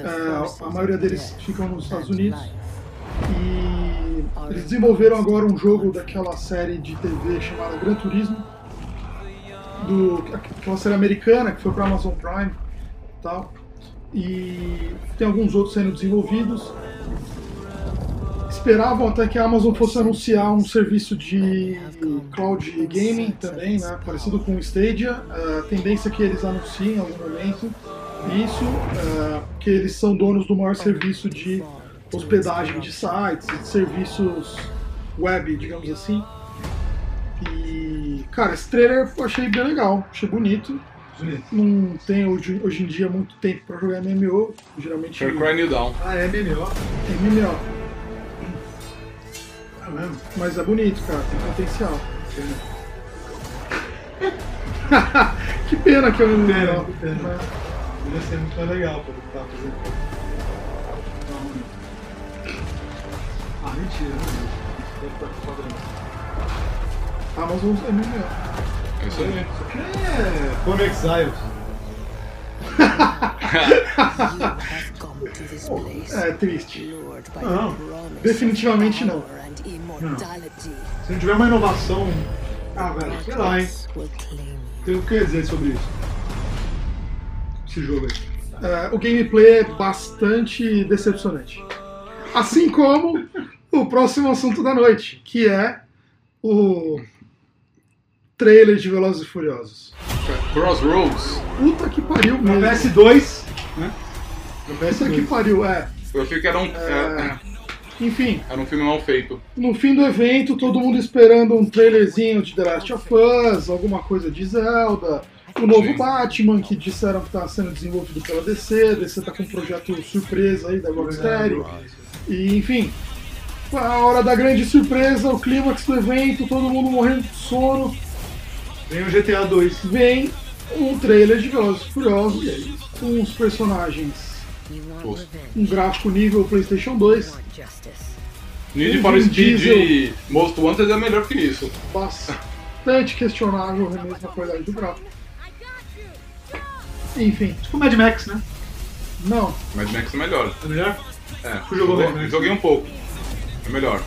É, a maioria deles ficam nos Estados Unidos. E eles desenvolveram agora um jogo daquela série de TV chamada Gran Turismo, do, aquela série americana que foi para Amazon Prime e tal. E tem alguns outros sendo desenvolvidos. Esperavam até que a Amazon fosse anunciar um serviço de cloud gaming também, né? parecido com o Stadia. A tendência é que eles anunciem em algum momento isso, é, que eles são donos do maior serviço de hospedagem de sites, de serviços web, digamos assim. E, cara, esse trailer eu achei bem legal, achei bonito. Não tem hoje, hoje em dia muito tempo pra jogar MMO, geralmente
Far Cry New Down.
Ah, é melhor.
é MMO. Mas é bonito, cara, tem potencial. que pena que eu não
Pena,
é
lembro.
que pena. Ia ser muito mais legal pra ele tá apresentando. Ah, mentira, né? Deve estar com problema.
Amazon é MMO.
É isso aí.
É, Cone Exiles.
É triste.
Não,
definitivamente não.
Se não tiver uma inovação. Ah, velho, sei lá, hein? Tem o que dizer sobre isso? Esse jogo aí.
É, o gameplay é bastante decepcionante. Assim como o próximo assunto da noite, que é o trailer de Velozes e Furiosos.
Crossroads.
Puta que pariu,
No
mesmo.
PS2,
Puta que pariu, é.
Eu achei que era um, é,
Enfim,
é, era um filme mal feito.
no fim do evento, todo mundo esperando um trailerzinho de The Last of Us, alguma coisa de Zelda, o novo
Sim.
Batman, que disseram que tá sendo desenvolvido pela DC, DC tá com um projeto surpresa aí da Rocksteady, e enfim. tá A hora da grande surpresa, o clímax do evento, todo mundo morrendo de sono,
vem o GTA 2.
vem um trailer de Velozes e Furiosos, e aí, com os personagens,
Poxa.
um gráfico nível PlayStation 2,
Need
Vin
for Speed
Diesel.
e Most Wanted é melhor que isso.
bastante questionável mesmo Né, a qualidade do gráfico. Enfim,
Tipo Mad Max, né?
não,
Mad Max é melhor.
É melhor?
É,
Tu jogou
joguei-
Mad Max?
Joguei um pouco. É melhor.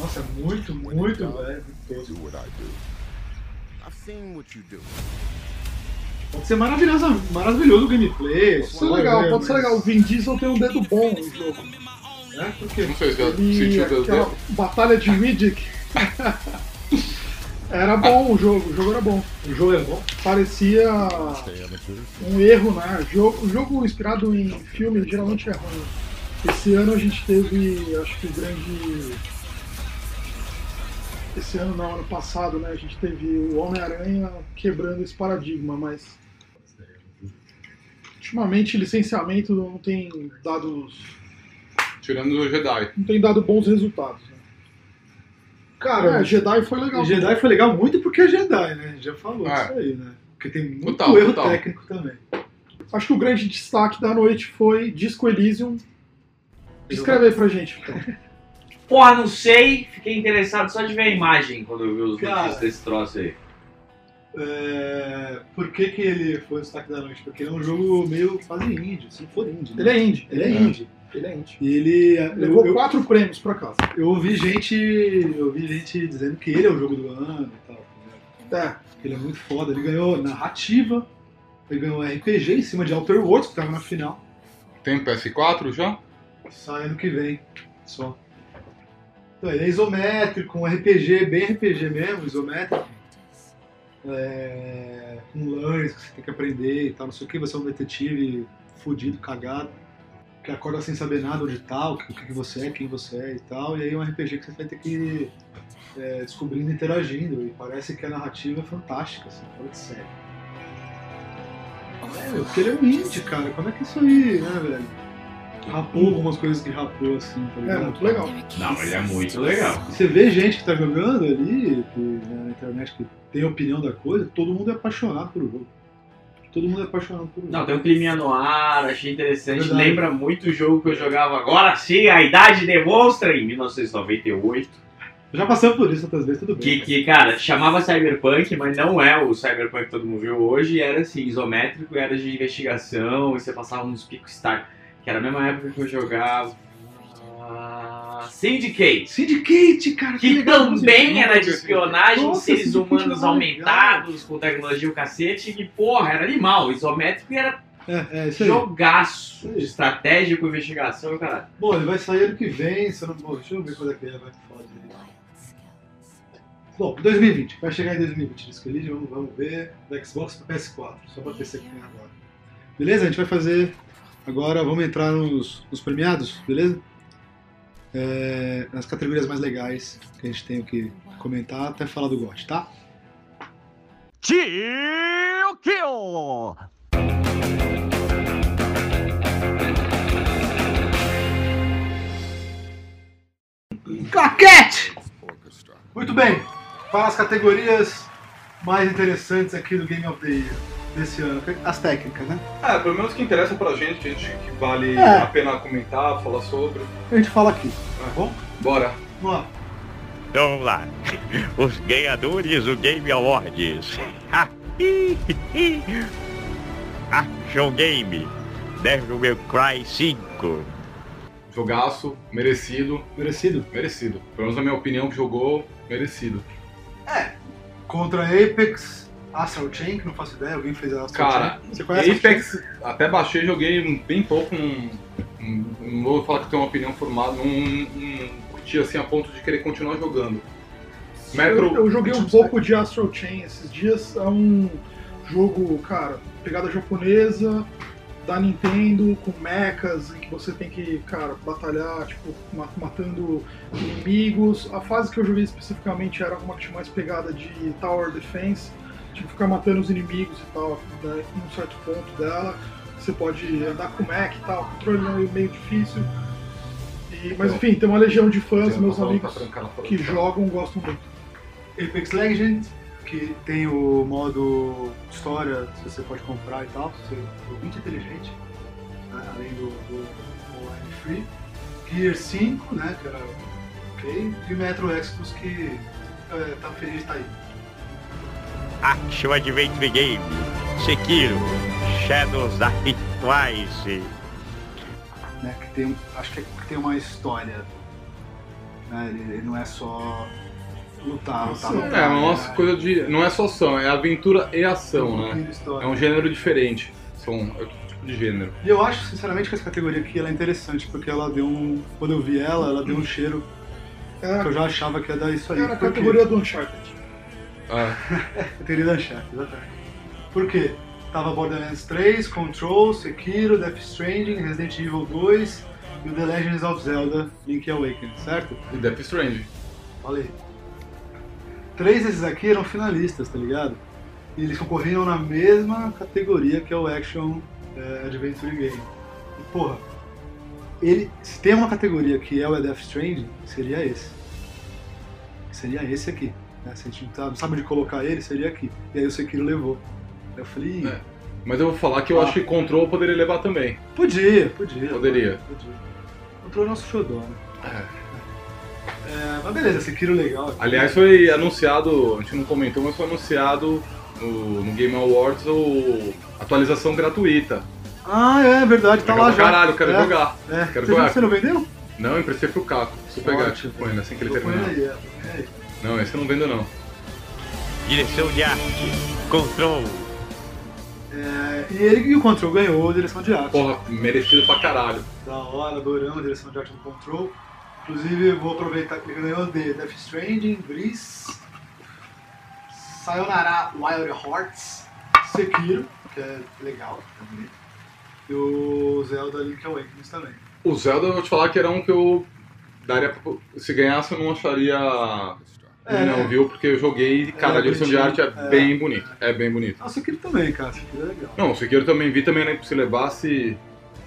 Nossa, é muito, muito velho. muito tosco.
I've seen what you do.
Pode ser É maravilhoso, maravilhoso o gameplay.
pode ser legal, pode ser legal. O Vin Diesel tem um dedo bom no jogo.
É, porque
Não sei se eu
E
senti o dedo
aquela
dele.
batalha de Riddick. era bom o jogo, o jogo era bom.
o jogo é bom.
Parecia um erro, né? Jogo, jogo inspirado em filme geralmente é ruim. Esse ano a gente teve, acho que o grande. Esse ano não, ano passado, né? A gente teve o Homem-Aranha quebrando esse paradigma, mas. Ultimamente licenciamento não tem dado,
Tirando o Jedi.
não tem dado bons resultados. né?
Cara,
É, Jedi foi legal.
o Jedi foi legal muito porque é Jedi, né? A gente já falou
É.
disso aí, né? Porque tem muito
Total,
erro
total.
técnico também.
Acho que o grande destaque da noite foi Disco Elysium. Escreve aí pra gente. então.
Porra, não sei. Fiquei interessado só de ver a imagem quando eu vi os
Cara.
notícias desse troço aí.
É, Por que, que ele foi o destaque da noite? Porque ele é um jogo meio quase indie, se for indie. né?
Ele é indie.
Ele é indie.
Ele é indie.
E ele. eu-
Levou
eu-
quatro prêmios pra casa.
Eu ouvi gente. Eu ouvi gente dizendo que ele é o jogo do ano e tal. né?
É,
Que ele é muito foda. Ele ganhou narrativa, ele ganhou RPG em cima de Outer Worlds, que tava na final.
Tem PS4 já?
Sai ano que vem. Só. Então, ele é isométrico, um RPG, bem RPG mesmo, isométrico. É, com lãs que você tem que aprender e tal, não sei o que, você é um detetive fudido, cagado, que acorda sem saber nada onde tá, o que, o que que você é, quem você é e tal, e aí é um RPG que você vai ter que ir é, descobrindo e interagindo, e parece que a narrativa é fantástica, assim, fora de série. É, meu, porque ele é um indie, cara, como é que é isso aí, né, velho? Rapou algumas coisas que rapou, assim, tá
é
ligado?
muito legal.
Não, ele é muito legal.
Você vê gente que tá jogando ali, que, né, na internet, que tem opinião da coisa, todo mundo é apaixonado pelo jogo. Todo mundo é apaixonado pelo
Não,
jogo.
tem um climinha no ar, achei interessante.
Verdade.
Lembra muito o jogo que eu jogava agora sim, a idade demonstra, em 1998.
Já passamos por isso outras vezes, tudo bem.
Que, que, cara, chamava Cyberpunk, mas não é o Cyberpunk que todo mundo viu hoje. Era assim, isométrico, era de investigação, e você passava uns picos Star, que era a mesma época que eu jogava. ah, Syndicate.
Syndicate, cara!
Que
legal,
também é
gente.
era de espionagem,
Nossa,
seres
esse vídeo
humanos
era
aumentados com tecnologia o cacete, que porra, era animal, isométrico e era
É, é, isso aí.
jogaço
Isso
de
aí.
estratégia com investigação, cara.
Bom, ele vai sair ano que vem, se eu não... Bom, deixa eu ver quando é que ele vai foda. Bom, 2020, vai chegar em 2020, Disco Elysium, vamos, vamos ver, do Xbox pro PS4, só pra PC que tem agora. Beleza? A gente vai fazer, agora vamos entrar nos, nos premiados, beleza? É, nas categorias mais legais que a gente tem que comentar, até falar do GOT, tá?
Kill, kill.
Claquete! Muito bem, para as categorias mais interessantes aqui do Game of the Year desse ano, as técnicas, né?
É, pelo menos que interessa pra gente, que a gente que vale
É.
a pena comentar, falar sobre.
A gente fala aqui, tá bom?
Bora.
Vamos lá.
Então vamos lá. Os ganhadores do Game Awards. Action Game. Devil May Cry 5.
Jogaço, merecido,
Merecido.
merecido. Pelo menos na minha opinião, que jogou, merecido.
Contra Apex, Astral Chain, que não faço ideia, alguém fez a Astral
Cara,
Chain? Você conhece?
Apex, até baixei, joguei um- bem pouco. um- um- não vou falar que tenho uma opinião formada, não, não- não curti assim a ponto de querer continuar jogando. Metro.
Eu, eu joguei um pouco de Astral Chain esses dias. É um jogo, cara, pegada japonesa, da Nintendo, com mechas, em que você tem que, cara, batalhar, tipo, ma- matando inimigos. A fase que eu joguei especificamente era uma que tinha mais pegada de Tower Defense, tipo, ficar matando os inimigos e tal, né, num certo ponto dela. Você pode andar com mech e tal, o controle é meio difícil. E- mas
Então,
enfim, tem uma Então, legião de fãs,
Ela
meus
falou, tá
amigos
trancada, ela falou.
que jogam gostam muito.
Apex Legends, que tem o modo história, se você pode comprar e tal, se você é muito inteligente, né, além do, do online free. Gear 5, né, que era ok, e o Metro Exodus, que é, tá feliz de estar aí.
Action Adventure Game, Sekiro, Shadows Die Twice.
né, que tem, acho que, é- que tem uma história. né, ele, ele não é só lutar, lutar,
Sim.
lutar.
É, nossa,
né,
coisa de. Não é só ação, é aventura e ação,
tem
né?
uma história.
É um gênero diferente. São, é outro tipo de gênero.
E eu acho, sinceramente, que essa categoria aqui ela é interessante, porque ela deu um. Quando eu vi ela, ela deu um cheiro que
Era,
eu já achava que ia dar isso aí.
era a
Por quê?
É, categoria do Uncharted.
Ah,
Categoria da Uncharted, exatamente. Por quê? Tava Borderlands 3, Control, Sekiro, Death Stranding, Resident Evil 2 e o The Legends of Zelda Link Awakening, certo?
e Death Strange.
Falei. Três desses aqui eram finalistas, tá ligado? E eles concorriam na mesma categoria que é o Action eh, Adventure Game. E porra, ele, se tem uma categoria que é o Death Stranding, seria esse. Seria esse aqui. né? Se a gente não tá- não sabe onde colocar ele, seria aqui. E aí o Sekiro levou. Aí Eu falei, "Ih,
É. Mas eu vou falar que eu
Ah.
acho que Control poderia levar também.
podia, podia.
Poderia.
Podia. Controu o nosso xodó, né? É, mas beleza, Sekiro legal.
Aliás, foi anunciado, a gente não comentou, mas foi anunciado no, no Game Awards o atualização gratuita.
Ah, é verdade, tá lá
Legal pra
já.
Caralho, quero
É,
jogar.
É.
Quero
você,
jogar.
você não vendeu?
Não, emprestei pro Caco. Se eu pegar,
Ótimo.
põe, né? Assim que ele
Tô com
terminar.
ele aí, é. É.
Não, esse eu não vendo não.
Direção de arte, control.
É, E ele e o Control ganhou a direção de arte.
Porra, merecido pra caralho.
Da hora, adoramos a direção de arte do Control. Inclusive, eu vou aproveitar que ele ganhou de Death Stranding, Gris, Sayonara Wild Hearts, Sekiro, que é legal, é bonito, e o Zelda Link Awakens também.
O Zelda, eu vou te falar que era um que eu daria. pro- Se ganhasse, eu não acharia.
É.
Não, viu? Porque eu joguei e, cara,
É,
a direção de arte
bonitinho.
é,
É.
bem bonita. É bem bonita.
Ah, o Sekiro também, cara, Sekiro é legal.
Não, o Sekiro também vi, também né, se levasse.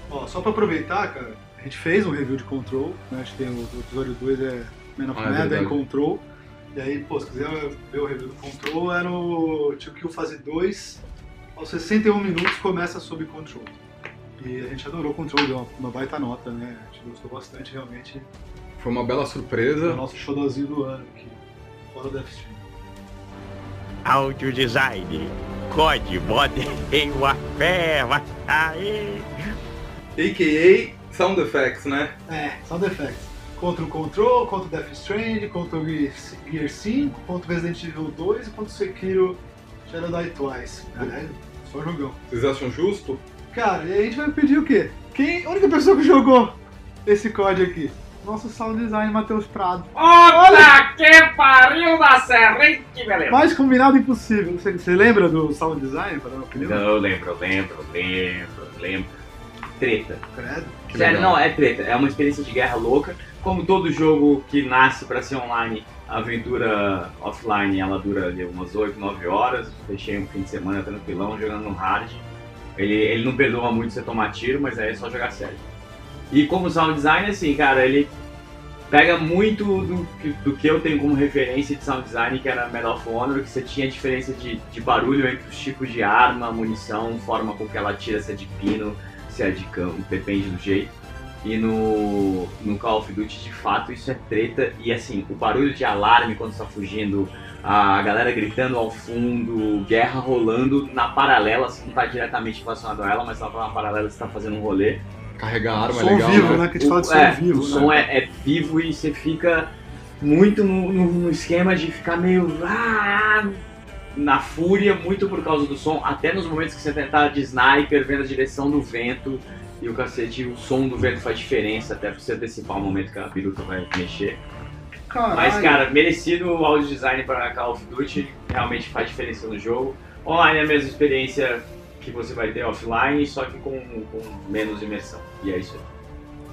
Ó, só pra aproveitar, cara, a gente fez um review de Control, né? Acho que tem o, o episódio 2 é Man of
Ah, é
Medan
verdade.
em Control. E aí, pô, se quiser ver o review do Control, é no Tio Kill Fase 2, aos 61 minutos começa sob Control. E a gente adorou Control, deu uma, uma baita nota, né? A gente gostou bastante, realmente.
Foi uma bela
É o
surpresa.
nosso showzinho do ano aqui, fora o Death Stream.
Áudio design, COD, Modern Warfare. Aê!
AKA Sound Effects, né?
É, sound effects. Contra o Control, contra o Death Strand, contra o Gear Gear 5, contra o Resident Evil 2 e contra o Sekiro Shadow Die Twice. Caralho, só jogão.
Vocês acham justo?
Cara, e a gente vai pedir o quê? Quem, a única pessoa que jogou esse COD aqui? Nosso sound design, Matheus Prado.
Olha que pariu da serra, hein? Que beleza.
Mais combinado impossível. Você, você lembra do sound design, para dar uma opinião?
Não, eu lembro, eu lembro, eu lembro, eu lembro. Treta.
Credo.
Que
Sério,
legal.
não, é treta. É uma experiência de guerra louca. Como todo jogo que nasce pra ser online, a aventura offline ela dura ali umas 8, 9 horas. Fechei um fim de semana tranquilão, jogando no hard. Ele, ele não perdoa muito você tomar tiro, mas aí é só jogar sério. E como sound design, assim, cara, ele pega muito do, que- do que eu tenho como referência de sound design, que era Medal of Honor, que você tinha diferença de, de barulho entre os tipos de arma, munição, forma com que ela tira, se é de pino, se é de campo, depende do jeito. E no, no Call of Duty, de fato, isso é treta. E assim, o barulho de alarme quando você tá fugindo, a galera gritando ao fundo, guerra rolando na paralela, você não tá diretamente relacionado a ela, mas ela tá na paralela, você tá fazendo um rolê
Carregar a arma é
som
legal.
vivo,
né?
né? Que a gente fala de som
é,
vivo.
O
né?
som é, é vivo e você fica muito no, no- no esquema de ficar meio. Ah, na fúria, muito por causa do som, até nos momentos que você tentar de sniper, vendo a direção do vento e o cacete, o som do vento faz diferença, até pra você antecipar o momento que a peruca vai mexer.
Caralho.
Mas, cara, merecido o audio design pra Call of Duty, realmente faz diferença no jogo. Online é a mesma experiência que você vai ter offline, só que com, com menos imersão. E é isso aí.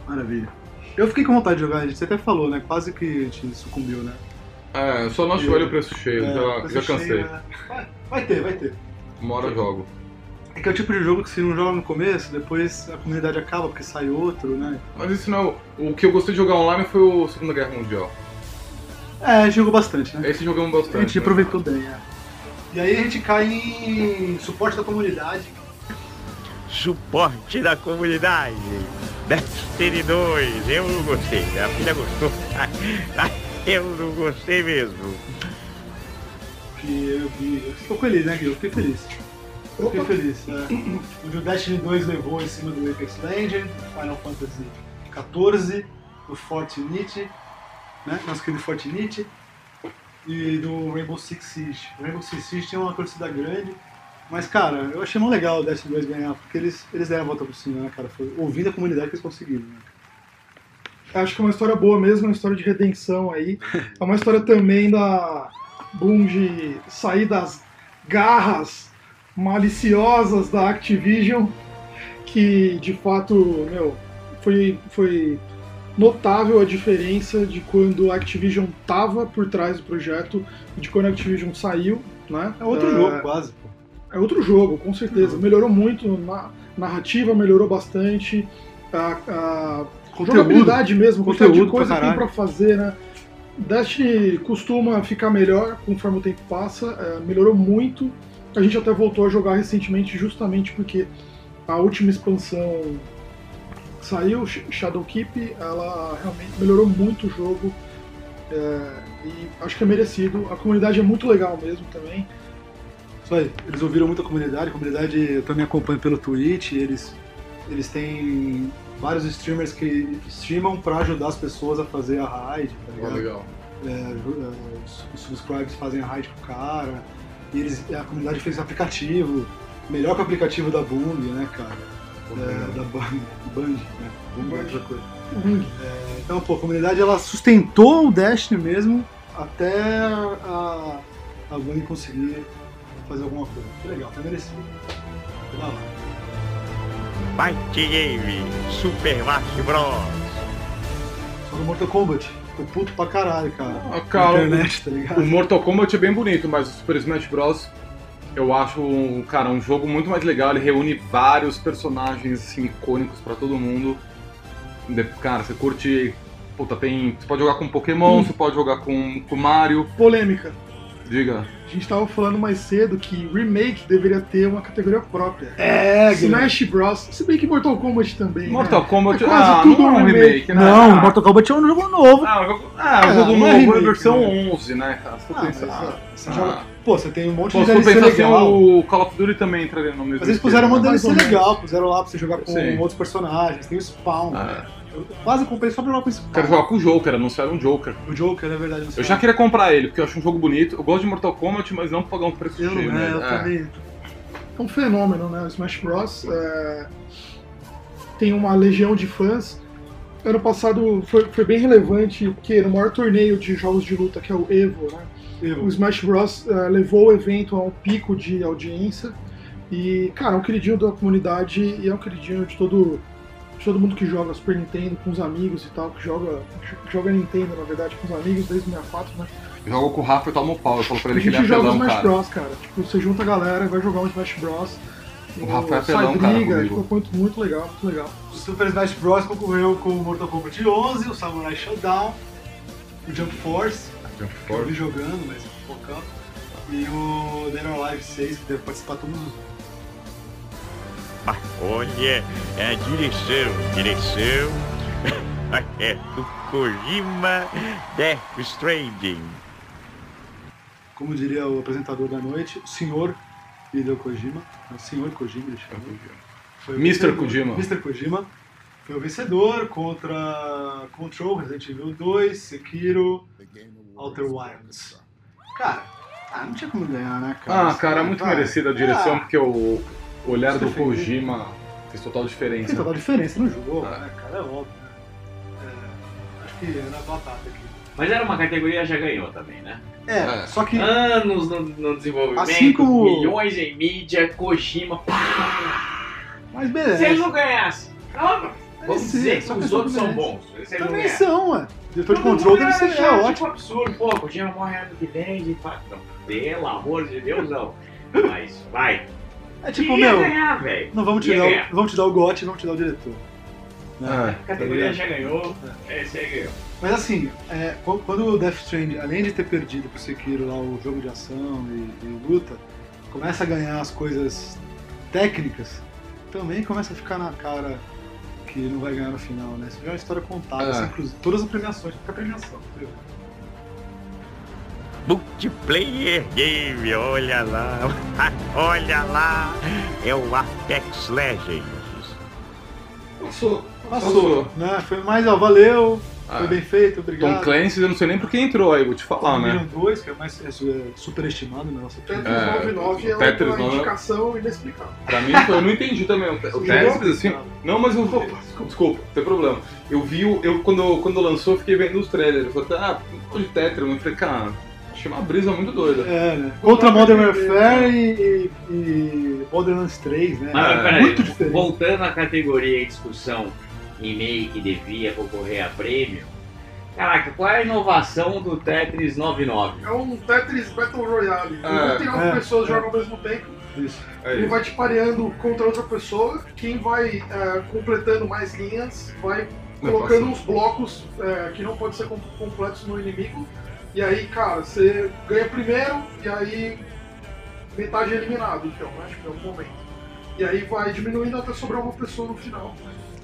Maravilha. Eu fiquei com vontade de jogar, a gente até falou, né? Quase que a gente sucumbiu, né?
É, só não acho olho o preço cheio,
É,
já, já cansei.
cheio, né? Vai, vai ter, vai ter.
Uma hora eu jogo.
É que é o tipo de jogo que se não joga no começo, depois a comunidade acaba porque sai outro, né?
Mas isso não. é O que eu gostei de jogar online foi o Segunda Guerra Mundial.
É, a gente jogou bastante, né?
Esse jogamos
A
bastante.
gente
né?
aproveitou bem, é. E aí a gente cai em suporte da comunidade.
Suporte da comunidade. Destiny 2. Eu não gostei. Minha filha gostou. Eu não gostei mesmo.
Que eu vi. Eu fico feliz, né, Gui? Eu fiquei feliz. Eu fiquei feliz. É. O Destiny 2 levou em cima do Apex Legends, Final Fantasy XIV, do Fortnite, né? Nosso querido Fortnite. E do Rainbow Six Siege. O Rainbow Six Siege tem uma torcida grande. Mas, cara, eu achei muito legal o Destiny 2 ganhar, porque eles, eles deram a volta por cima, né, cara? Foi ouvindo a comunidade que eles conseguiram, né?
Acho que é uma história boa mesmo, é uma história de redenção aí. É uma história também da Bungie sair das garras maliciosas da Activision, que de fato, meu, foi, foi notável a diferença de quando a Activision tava por trás do projeto e de quando a Activision saiu, né?
É outro
Ah,
jogo, Uhum. quase, pô.
é outro jogo, com certeza. Melhorou muito na narrativa, melhorou bastante. A, a jogabilidade mesmo, a quantidade de
Conteúdo pra
coisa que tem
caralho.
pra fazer, né? Destiny costuma ficar melhor conforme o tempo passa, é, melhorou muito. A gente até voltou a jogar recentemente, justamente porque a última expansão que saiu, Sh- Shadowkeep, ela realmente melhorou muito o jogo. é, e acho que é merecido. A comunidade é muito legal mesmo também.
Isso aí, eles ouviram muito a comunidade, a comunidade eu também acompanho pelo Twitch, eles, eles têm vários streamers que streamam pra ajudar as pessoas a fazer a raid, tá
Ah,
ligado?
legal.
É, ajuda- os- os subscribers fazem a raid pro cara, e eles, a comunidade fez aplicativo, melhor que o aplicativo da Bung, né, cara? É, da Bang, Band, né? Bung é outra coisa. É, então, pô, a comunidade ela sustentou o Destiny mesmo até a, a Bunny conseguir fazer alguma coisa. Que legal, foi merecido. Foi da hora.
Byte Game. Super Smash Bros.
Só no Mortal Kombat. Tô puto pra caralho, cara.
Ah,
Na
cara,
internet, tá
o
ligado?
Mortal Kombat é bem bonito, mas o Super Smash Bros. Eu acho, um- cara, um jogo muito mais legal. Ele reúne vários personagens assim, icônicos pra todo mundo. De- Cara, você curte. Puta, tem. Você pode jogar com Pokémon, você pode jogar com, com Mario.
Polêmica.
Diga.
A gente tava falando mais cedo que remake deveria ter uma categoria própria.
É, Guilherme.
Smash Bros. Se bem que Mortal Kombat também.
Mortal Kombat.
É quase
ah,
tudo
não é
um
um
remake.
remake, né?
Não,
Ah,
Mortal Kombat é um jogo novo.
Ah, o jogo- ah, o
Ah,
jogo
não é
novo é a
remake,
versão
né?
11, né, cara? Se for pensar.
Você
ah.
joga- Pô, você tem um monte
Pô,
de
se for
DLC
pensar assim,
legal.
o Call of Duty também entraria no mesmo.
Mas eles
esquema,
puseram uma
né?
DLC
Mais ou
legal, puseram lá pra você jogar com
Sim.
outros personagens, tem o Spawn.
Ah,
Eu quase comprei só pra jogar com o
quero
Spawn.
jogar com o Joker, anunciaram um Joker.
O Joker, na verdade, não sei.
Eu já queria comprar ele, porque eu acho um jogo bonito. Eu gosto de Mortal Kombat, mas não pra pagar um preço
Eu,
cheio,
é,
né?
eu
É.
também.
É um fenômeno, né? O Smash Bros. é, Tem uma legião de fãs. Ano passado foi, foi bem relevante, porque no maior torneio de jogos de luta, que é o EVO, né?
Eu-
O Smash Bros. eh, levou o evento a um pico de audiência. E, cara, é um queridinho da comunidade e é um queridinho de todo, de todo mundo que joga Super Nintendo com os amigos e tal, que joga, que joga Nintendo, na verdade, com os amigos desde o 64, né?
Eu Jogo com o Rafa e tomo um pau. Eu falo pra
A
ele que ele é
gente joga
apelão,
Smash
cara.
Bros, cara. Tipo, você junta a galera, vai jogar um Smash Bros.
O Rafa é
sai
apelão, cara,
briga,
comigo.
ficou muito, muito legal, muito legal.
O Super Smash Bros. concorreu com o Mortal Kombat 11, o Samurai Showdown, o Jump Force,
Ah,
que eu vi jogando, mas focando, e o Dead or Alive 6, que deve participar todo mundo.
Ah, Olha, é a direção, direção. É do Kojima Death Stranding.
Como diria o apresentador da noite, o senhor Hideo Kojima, É o senhor Kojima, ele chama. Foi o
Mr.
vencedor.
Kojima.
Mr. Kojima foi o vencedor contra Control, Resident Evil 2, Sekiro, Outer Wilds. Cara,
Ah, não tinha como ganhar, né, cara?
Ah, cara, é muito
Vai.
merecida a direção,
Ah.
porque o olhar do
Isso foi feito.
Kojima fez total diferença. É.
Tem né? total tá diferença no jogo,
Ah.
né, cara? É óbvio. né? É,
Acho que era batata aqui.
Mas era uma categoria que já ganhou também, né?
É,
É.
só que
Anos no, no desenvolvimento,
Assim como-
milhões em mídia, Kojima, pá!
Mas
Se ele
beleza.
não ganhasse, calma! Vamos
Merece,
dizer que
só que
os
só
outros são
merece.
bons. Se ele não
Também
ganhasse.
são, ué. Diretor de
Todo mundo
controle deve
era
ser é
chato,
ótimo.
Tipo, absurdo, pô, o Gema morre ano que vem, de fato. Não, pelo amor de Deus, não. Mas vai.
É tipo,
Queria
meu,
ganhar, velho.
não vamos te
Ia
dar,
ganhar.
o- vamos te dar o gote e não te dar o diretor.
É.
A
Tá
categoria já ganhou,
É.
esse aí ganhou.
Mas assim, é, qu- quando o Death Strand, além de ter perdido pro Sekiro lá o jogo de ação e, e luta, começa a ganhar as coisas técnicas, também começa a ficar na cara que não vai ganhar no final, né? Isso já é uma história contada,
É.
assim, inclusive, todas as premiações, fica premiação, entendeu?
Multiplayer Game, olha lá, olha lá, é o Apex Legends.
Passou.
Passou, né? Foi mais, ó, valeu,
Ah,
foi bem feito, obrigado.
Tom Clancy, eu não sei nem por que entrou aí, vou te falar, né?
Dominion 2, que é mais é, é, superestimado na nossa opinião.
Tetris 99 é
Tetris
uma
99.
indicação inexplicável.
Pra mim, eu não entendi também. O
Você
Tetris, assim. Não, mas eu. Desculpa, desculpa, não tem problema. Eu vi, o- eu, quando, quando lançou, eu fiquei vendo os trailers. Eu falei, ah, pô, de Tetris. Eu falei, cara, achei uma brisa muito doida.
É, né? Contra Modern Warfare e, e, e Modern Warfare 3, né?
Mas,
É,
peraí,
muito diferente.
voltando à categoria em discussão e-mail que devia concorrer a prêmio, caraca, qual é a inovação do Tetris 99?
É um Tetris Battle Royale.
É,
99
é,
pessoas
é.
jogam ao mesmo tempo.
Isso.
Aí,
Ele vai te pareando contra outra pessoa. Quem vai é, completando mais linhas vai
Não, é
colocando
passou.
uns blocos é, que não podem ser com- completos no inimigo. E aí, cara, você ganha primeiro e aí metade é eliminado, então, né? Acho que é o momento. E aí vai diminuindo até sobrar uma pessoa no final.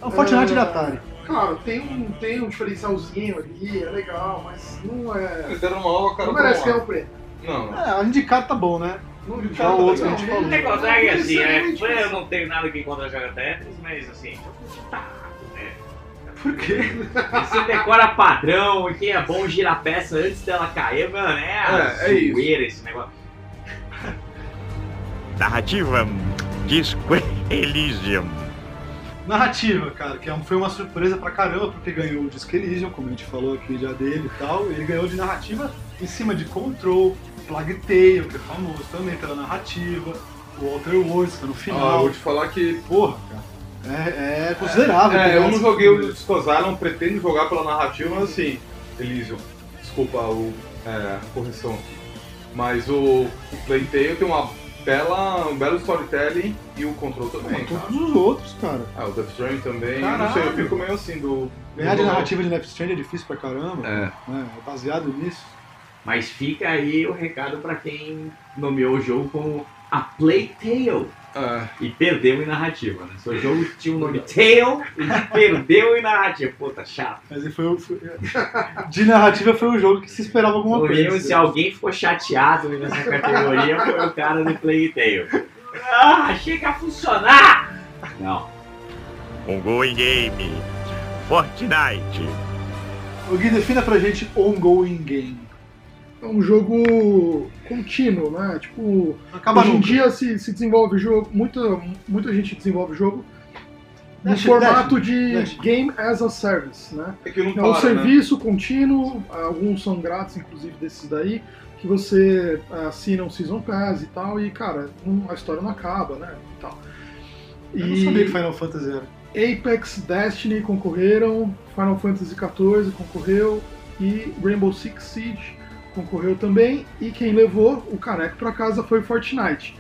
É um Fortnite
É.
da Atari.
Claro, tem um, tem um diferencialzinho ali, é legal, mas não é.
Eles deram uma aula, cara.
Não merece
pra
ganhar
lá.
o Ah, prêmio.
Não, não.
É, o indicado tá bom, né?
Não
Já o outro que a gente
não,
falou.
O
não,
negócio
não,
é
não,
assim, é,
sinceramente,
eu não tenho nada que contra jogar Tetris, mas assim,
Por quê?
Você decora padrão, aqui é bom girar a peça antes dela cair, mano. É, a
É, é isso.
zoeira esse negócio.
Narrativa Disco Elysium.
Narrativa, cara, que é um- foi uma surpresa pra caramba, porque ganhou o Disque Elysium, como a gente falou aqui já dele e tal. Ele ganhou de narrativa em cima de Control, Plague Tale, que é famoso também pela narrativa, o Walter Wars, que tá no
Ah, eu
final.
vou te falar que.
Porra, cara. É, é
Ah,
considerável.
É,
pegar
eu não
essas
joguei o
coisas.
Discos Island, pretendo jogar pela narrativa, mas assim, Elysium, desculpa o, é, a correção aqui. Mas o, o Playtale tem uma bela, um belo storytelling e o Control também. cara.
Todos os outros, cara.
Ah, o Death Stranding também.
Caralho.
Não sei, eu fico meio assim do.
Ganhar de
do-
narrativa de Death Strand é difícil pra caramba,
É.
né? É baseado nisso.
Mas fica aí o recado pra quem nomeou o jogo como a Playtale.
é.
E perdeu em narrativa, né? Seu jogo tinha o nome Tail e perdeu em narrativa. Puta, chato.
Mas ele foi, o- foi- De narrativa foi o jogo que se esperava alguma
No mínimo,
coisa.
se alguém ficou chateado nessa categoria, foi o cara do Playtale. Ah, chega a funcionar! Não.
Ongoing um Game. Fortnite.
O Gui defina pra gente ongoing game.
É um jogo contínuo, né? Tipo,
Acaba
hoje em
nunca.
dia se, se desenvolve jogo, muita, muita gente desenvolve jogo no
Dash,
formato
dash,
de
dash.
game as a service, né?
É que não
É um
para, né?
serviço contínuo, alguns são grátis, inclusive desses daí, que você assina um Season Pass e tal, e cara, não- a história não acaba, né? E tal.
Eu não
E-
sabia que Final Fantasy era.
Apex, Destiny concorreram, Final Fantasy XIV concorreu e Rainbow Six Siege concorreu também. E quem levou o caneco pra casa foi o Fortnite.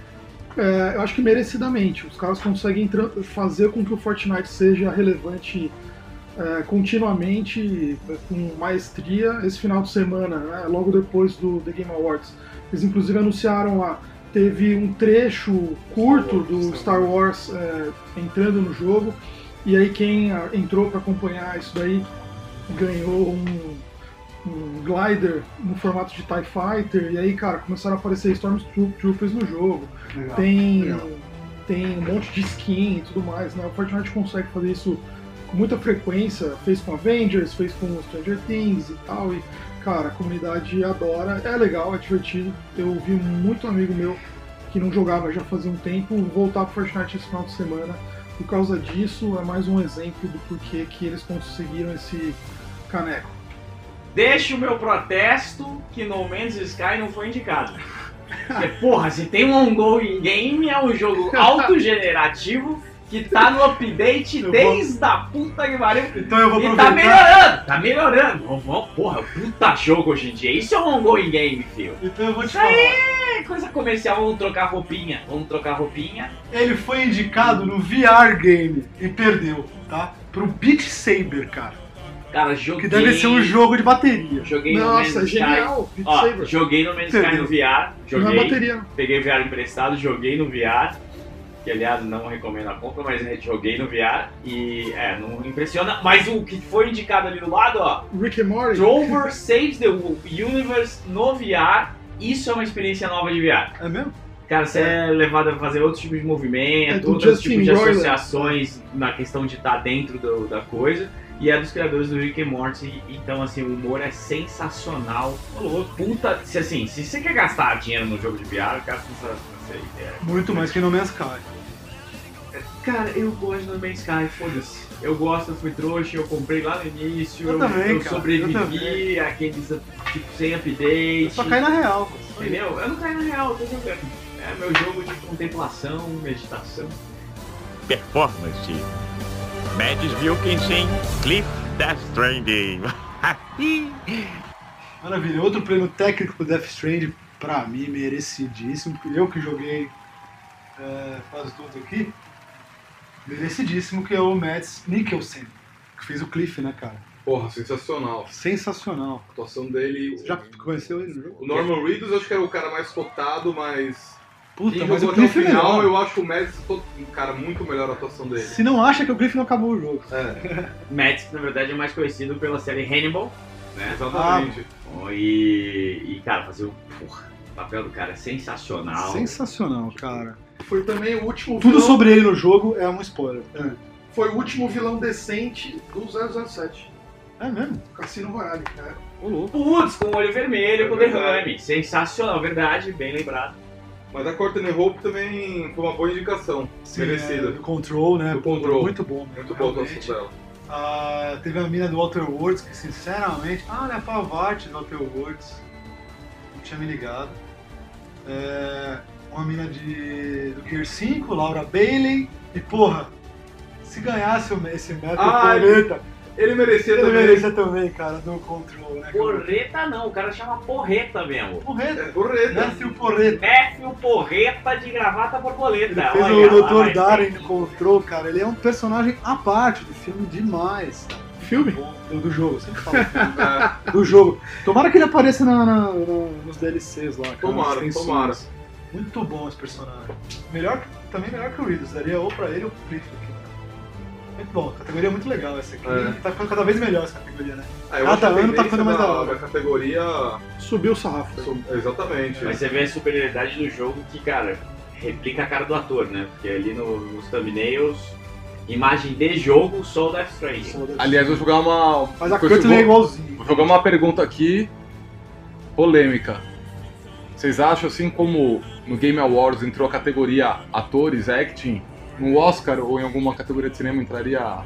É, eu acho que merecidamente, os caras conseguem tra- fazer com que o Fortnite seja relevante é, continuamente, é, com maestria, esse final de semana, né, logo depois do The Game Awards. Eles inclusive anunciaram lá, teve um trecho curto do Star Wars é, entrando no jogo, e aí quem ah, entrou para acompanhar isso daí ganhou um, um glider no formato de TIE Fighter, e aí, cara, começaram a aparecer Stormtroopers no jogo.
Legal.
Tem,
legal.
tem um monte de skin e tudo mais, né? O Fortnite consegue fazer isso com muita frequência, fez com Avengers, fez com Stranger Things e tal, e Cara, a comunidade adora, é legal, é divertido. Eu vi muito amigo meu que não jogava já fazia um tempo voltar pro Fortnite esse final de semana. Por causa disso, é mais um exemplo do porquê que eles conseguiram esse caneco.
Deixa o meu protesto que No Man's Sky não foi indicado. Porque, porra, se tem um ongoing game, é um jogo autogenerativo que tá no update
Eu vou-
desde a puta que pariu.
Então eu vou
E tá
aproveitar.
melhorando, tá melhorando. Vamos- vamos- Porra, é um puta jogo hoje em dia. Isso é um ongoing game, filho.
Então eu vou te
Isso
falar.
aí é coisa comercial, vamos trocar roupinha. Vamos trocar roupinha.
Ele foi indicado no VR Game e perdeu, tá? Pro Beat Saber, cara.
Cara, joguei.
Que deve ser um jogo de bateria.
Joguei no
Nossa, é
Man's Sky.
genial! Beat
Ó,
Saber.
joguei no Man's Sky no
Não
VR.
é
Joguei.
bateria.
Peguei o VR emprestado, joguei no VR. Que aliás não recomendo a compra, mas é, joguei no VR e é, não impressiona. Mas o que foi indicado ali do lado, ó,
Rick and Morty.
Trover Saves the Universe no VR. Isso é uma experiência nova de VR.
É mesmo?
Cara, você é levado a fazer outros tipos de
É
movimento,
do
outros
Justin
tipos de
Roiland.
associações na questão de estar dentro do- da coisa. E é dos criadores do Rick and Morty, então assim, o humor é sensacional. Ô, louco. Puta, se assim, se você quer gastar dinheiro no jogo de VR, cara, você não sei. É.
Muito mais que No Man's Sky.
Cara, eu gosto do No Man's Sky, foda-se. Eu gosto, eu fui trouxa, eu comprei lá no início,
Eu também, cara, eu
sobrevivi àqueles tipo sem update.
Só cai na real.
Entendeu? Eu não caio na real, eu tô jogando. É meu jogo de contemplação, meditação.
performance. Mads Wilkinson, Cliff Death Stranding.
Maravilha. Outro prêmio técnico pro Death Strand, pra mim, merecidíssimo. porque Eu que joguei é, quase tudo aqui. Merecidíssimo, que é o Mads Mikkelsen, que fez o Cliff, né, cara?
Porra, sensacional.
Sensacional.
A atuação dele.
Você já conheceu ele no jogo?
O Norman Reedus acho que era o cara mais cotado, mas.
Puta,
quem
mas
jogou
o
até o
Cliff é
final,
melhor.
eu acho o Mads, to- um cara, muito melhor a atuação dele. né?
Se não acha que o Cliff não acabou o jogo.
É,
Matt, na verdade, é mais conhecido pela série Hannibal. Oh,
exatamente.
E, e, cara, fazer o. Porra, o papel do cara é sensacional.
Sensacional, cara.
Foi também o último
Tudo
vilão,
sobre ele no jogo é um spoiler.
Foi o último vilão decente do 007.
É, mesmo?
Cassino Royale, né?
Ô, louco.
Putz, com o olho vermelho,
É
com derrame. Sensacional, verdade, bem lembrado.
Mas a Courtney Hope também foi uma boa indicação. merecida.
é, do Control, né?
Do
Pô,
Control.
Muito bom. meu,
Muito boa a
realmente.
atuação dela.
Ah, teve a mina do Walter Words que, sinceramente, ah, né, Pavate do Walter Words. Não tinha me ligado. É, uma mina de, do Gear 5, Laura Bailey. E, porra, se ganhasse o- esse método,
Ah, ele-
planeta,
Ele merecia
ele
também.
merecia também, cara, do Control, né? cara?
Porreta não, o cara chama porreta mesmo.
Porreta.
É correta.
Mestre Porreta.
Matthew Porreta de gravata borboleta.
Ele fez
Olha
o
lá,
Dr.
vai.
Darren no Control, cara. Ele é um personagem à parte do filme demais.
Filme?
Do, do jogo, sempre falo. do jogo. Tomara que ele apareça na- na- na- nos DLCs lá, cara.
Tomara,
nas extensões.
tomara.
Muito bom esse personagem. Melhor, que- também melhor que o Reedus. Daria ou pra ele ou pro Cliff aqui, cara. Muito bom, categoria muito legal essa aqui.
É.
Tá ficando cada vez melhor essa categoria, né?
Ah, eu
Ah,
acho
tá,
que a
ano tá
tendência
ficando mais
da,
da hora.
da categoria.
Subiu o sarrafo.
Exatamente.
Mas você vê a superioridade do jogo que, cara, replica a cara do ator, né? Porque ali no- nos thumbnails, imagem de jogo, só o Death Stranding.
Aliás, eu vou jogar uma.
Mas a
coisa-
tipo
Curtin é
vou-
igualzinho.
Vou jogar uma pergunta aqui polêmica. Vocês acham assim como no Game Awards entrou a categoria atores, acting, no Oscar ou em alguma categoria de cinema entraria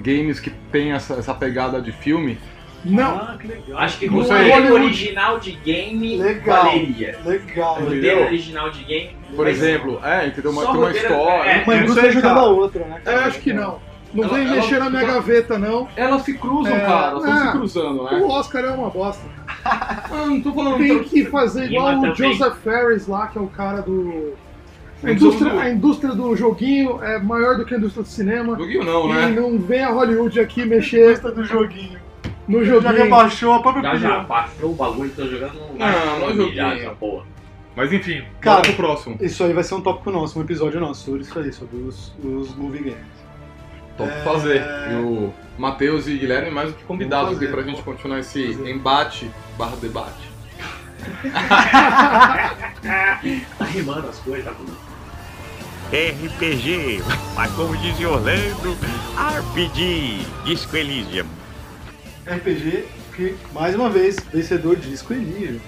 games que tem essa, essa pegada de filme?
Não,
Ah, que legal.
Acho que
Não
roteiro
sei.
original de game
Legal.
valeria.
Legal.
Roteiro original de game.
Por
mas
exemplo, é, entendeu? Uma,
Só
tem uma
roteiro-
história.
é.
Uma
eu
indústria
sei,
ajudando
cara.
a outra, né?
eu
cara?
É, acho que não. Não
Ela-
vem
ela-
mexer na minha gaveta, não.
Elas se cruzam,
É,
cara, elas estão
é.
se cruzando, né?
O Oscar é uma bosta.
Ah, não tô falando
Tem
tanto-
que fazer igual
Lima
o
também.
Joseph Ferris lá, que é o cara do. A
Mas
indústria,
o-
a indústria do joguinho é maior do que a indústria do cinema.
Joguinho não,
E
né?
não vem a Hollywood aqui
A
mexer
indústria do joguinho.
no
Já
joguinho.
rebaixou a própria
Já já
opinião.
baixou o bagulho que tô jogando um no
Não, não joguei.
porra.
Mas enfim,
Cara,
cara, pro próximo.
Isso aí vai ser um tópico nosso, um episódio nosso sobre isso aí, sobre os, os movie games.
Top Então, fazer. E o Matheus e Guilherme mais do que
É.
convidados
Vamos fazer,
aqui pra gente continuar esse embate barra debate.
Tá rimando as coisas, tá tudo.
RPG, mas como diz em Orlando, RPG, Disco Elysium.
RPG, que, mais uma vez, vencedor de Squelia,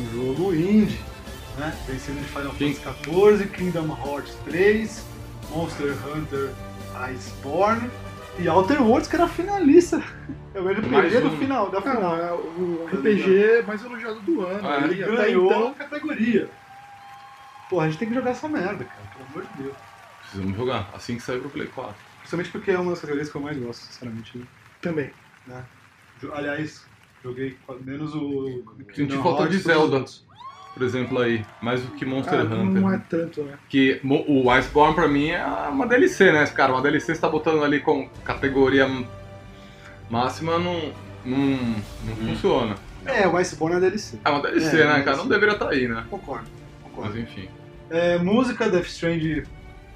um jogo indie, né? Vencedor de Final Fantasy XIV, Kingdom Hearts 3, Monster Hunter Iceborne e Outer Worlds, que era finalista. É o
Mais
RPG
um.
do final, da
Não,
final.
é o RPG mais elogiado é do ano.
Ah, ele
Ele até
ganhou
então-
a categoria. Porra, a gente tem que jogar essa merda, cara, pelo amor de Deus.
Precisamos jogar assim que sair pro Play 4.
Principalmente porque é uma das categorias que eu mais gosto, sinceramente. né?
Também.
Né? Jo- Aliás, joguei qua- menos o.
Senti
Kingdom
falta de
Hearts,
Zelda, por exemplo, aí. Mais do que Monster
Ah,
Hunter.
não é tanto, né?
Que mo- o Iceborne pra mim é uma DLC, né? Cara, uma DLC você tá botando ali com categoria máxima não, não, não funciona.
É, o Iceborne é DLC.
É uma DLC,
Uhum. É,
né,
mas-
cara? Não deveria estar aí, né?
Concordo,
Mas
concordo.
enfim.
É, música Death Strand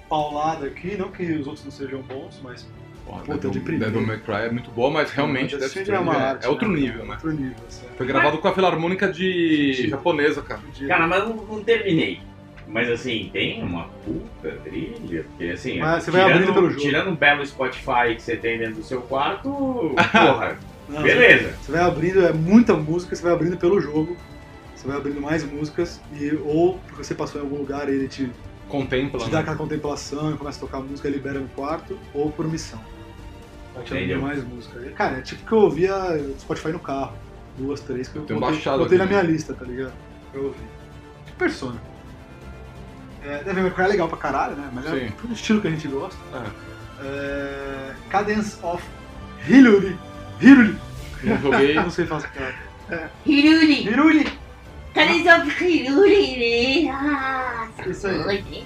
paulada aqui, não que os outros não sejam bons, mas.
Porra,
Puta, de
Devil,
primeira.
Devil May Cry é muito boa, mas realmente
Death
Death
Stranding
Stranding é,
é uma arte,
é outro
né,
nível, né?
Outro nível, assim. sério.
Foi gravado com a Filarmônica de japonesa, cara.
Cara, mas eu não, não terminei. Mas assim, tem uma puta trilha, porque assim,
Mas você vai abrindo pelo jogo.
tirando um belo Spotify que você tem dentro do seu quarto, porra,
Não,
beleza.
Você vai abrindo, é muita música, você vai abrindo pelo jogo. Você vai abrindo mais músicas, e ou porque você passou em algum lugar e ele te,
Contempla.
te dá
Né?
aquela contemplação e começa a tocar música, libera no quarto, ou por missão. Vai te abrindo
Entendeu.
mais música. E, Cara, é tipo que eu ouvia Spotify no carro. Duas, três que eu
tenho
botei,
baixado
botei
aqui.
na minha lista, tá ligado? Pra eu ouvir. Tipo Persona. É, Devil May Cry é legal pra caralho, né? Mas é
Sim.
pro estilo que a gente gosta. É, Cadence of Hyrule. Hyrule.
Não joguei.
Eu não sei falar essa palavra.
Hiruli!
Hyrule.
Cadê of Hiruli? Ah,
Isso aí.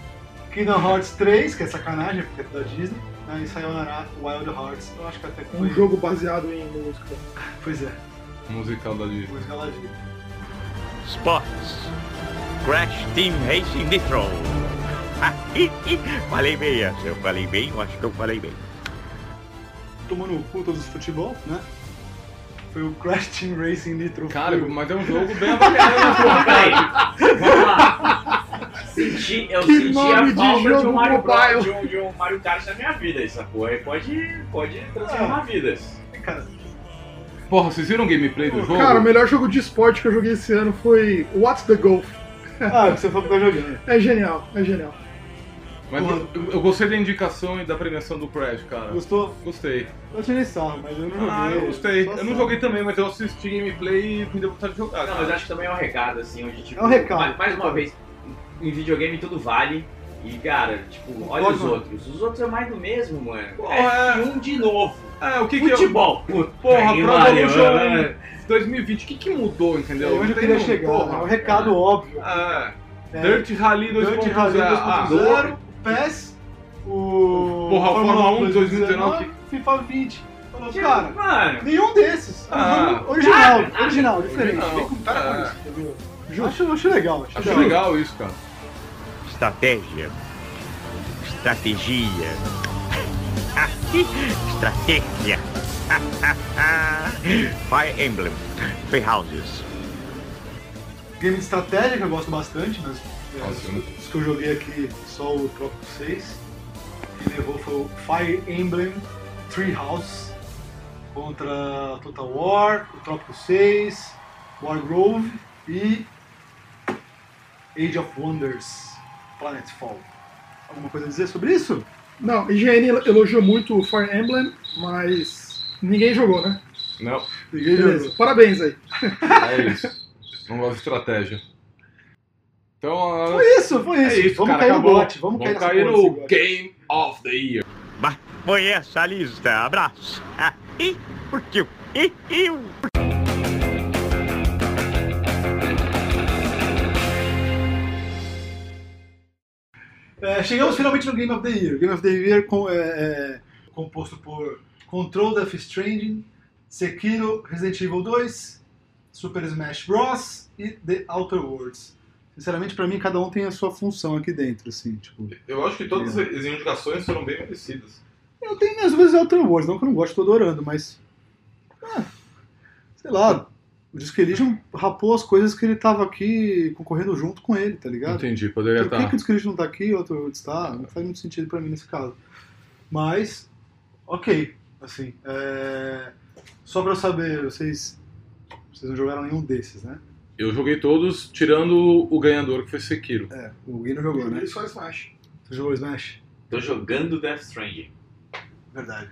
Kingdom Hearts 3, que é sacanagem, porque é da Disney. Aí saiu na Wild Hearts. Eu acho que até
Um
foi.
jogo baseado em música.
Pois é,
Musical da Disney.
música lá de.
Sports. Crash Team Racing Nitro. falei bem essa, eu falei bem, eu acho que eu falei bem.
Tomando o cu todos os futebol, né? Foi o Crash Team Racing Nitro.
Cara,
Fury.
mas é um jogo bem avaliado. né?
Porra, peraí. Vamos lá. Senti, eu
Que
senti
nome
a
de
falta de,
jogo
um Mario Bros-
mobile.
de um, de um Mario Kart na minha vida. Essa porra aí pode, pode
Ah.
transformar vidas.
Cara,
Porra, vocês viram o gameplay do jogo?
Cara, o melhor jogo de esporte que eu joguei esse ano foi What's the Golf.
ah, você foi ficar jogando.
É genial, é genial.
Mas eu, eu gostei da indicação e da premiação do Crash, cara.
Gostou?
Gostei.
Eu tirei sarro, mas eu não joguei.
Ah, eu gostei.
Só
Eu não
sarro.
joguei também, mas eu assisti gameplay e me deu vontade de jogar.
Não,
cara.
mas acho que também é um recado, assim, onde tipo.
É um recado.
Mais, mais uma vez, em videogame tudo vale. E cara, tipo, olha
Pode,
os
mano.
outros. Os outros é mais do mesmo, mano.
Porra,
É
é.
um de novo.
É, o que que eu...
Futebol. Puta
Porra,
que
pra
pariu,
um jogo
né?
em 2020, o que que mudou,
É
entendeu?
onde eu
Não tem
queria
um-
chegar.
porra.
É um recado óbvio.
É,
É,
Dirt Rally
Dirt
2.0.
Rally
Ah,
2.0, PES, o.
Porra, a Fórmula 1 de 2019,
FIFA 20. Falou,
Que-
cara.
mano.
Nenhum desses.
Ah.
Um jogo original, original, diferente.
original.
Tem como cara
Ah.
com isso, entendeu? Acho, acho legal. Acho,
Acho legal isso, cara.
Estratégia. Estratégia. Estratégia. Fire Emblem. Playhouses.
Game de estratégia que eu gosto bastante, mas é,
Nossa, eu não-
os que eu joguei aqui, só o Tropico 6. Quem levou foi o Fire Emblem Three House contra Total War, o Tropico 6, Wargrove e Age of Wonders Planetfall. Alguma coisa a dizer sobre isso?
Não, IGN elogiou muito o Fire Emblem, mas ninguém jogou, né?
Não,
Ninguém
Beleza, parabéns aí.
é isso. Não gosto de estratégia. Então, ah,
Foi isso, foi isso.
é isso,
vamos
cara.
cair
acabou.
no bote, vamos,
vamos
cair,
cair
nessa porra desse
no
bote.
Game of the Year.
Bah, foi essa a lista. Abraço. Curtiu.
É, chegamos finalmente no Game of the Year. Game of the Year com- é, é, composto por Control Death Stranding, Sekiro, Resident Evil 2, Super Smash Bros. e The Outer Worlds. Sinceramente, pra mim, cada um tem a sua função aqui dentro, assim, tipo...
Eu acho que todas as indicações foram bem merecidas.
Eu tenho minhas dúvidas de Outer Worlds, não que eu não goste, tô adorando, mas... ah, sei lá, o Disco Elysium rapou as coisas que ele tava aqui concorrendo junto com ele, tá ligado?
Entendi, poderia
Por que,
estar.
que o Discredit não tá aqui, outro está? Não faz muito sentido pra mim nesse caso. Mas, ok. Assim, é... só pra eu saber, vocês Vocês não jogaram nenhum desses, né?
Eu joguei todos, tirando o ganhador, que foi Sekiro.
É, o Gui não jogou, né?
Ele só Smash.
Você jogou Smash?
Tô jogando Death Stranding.
Verdade.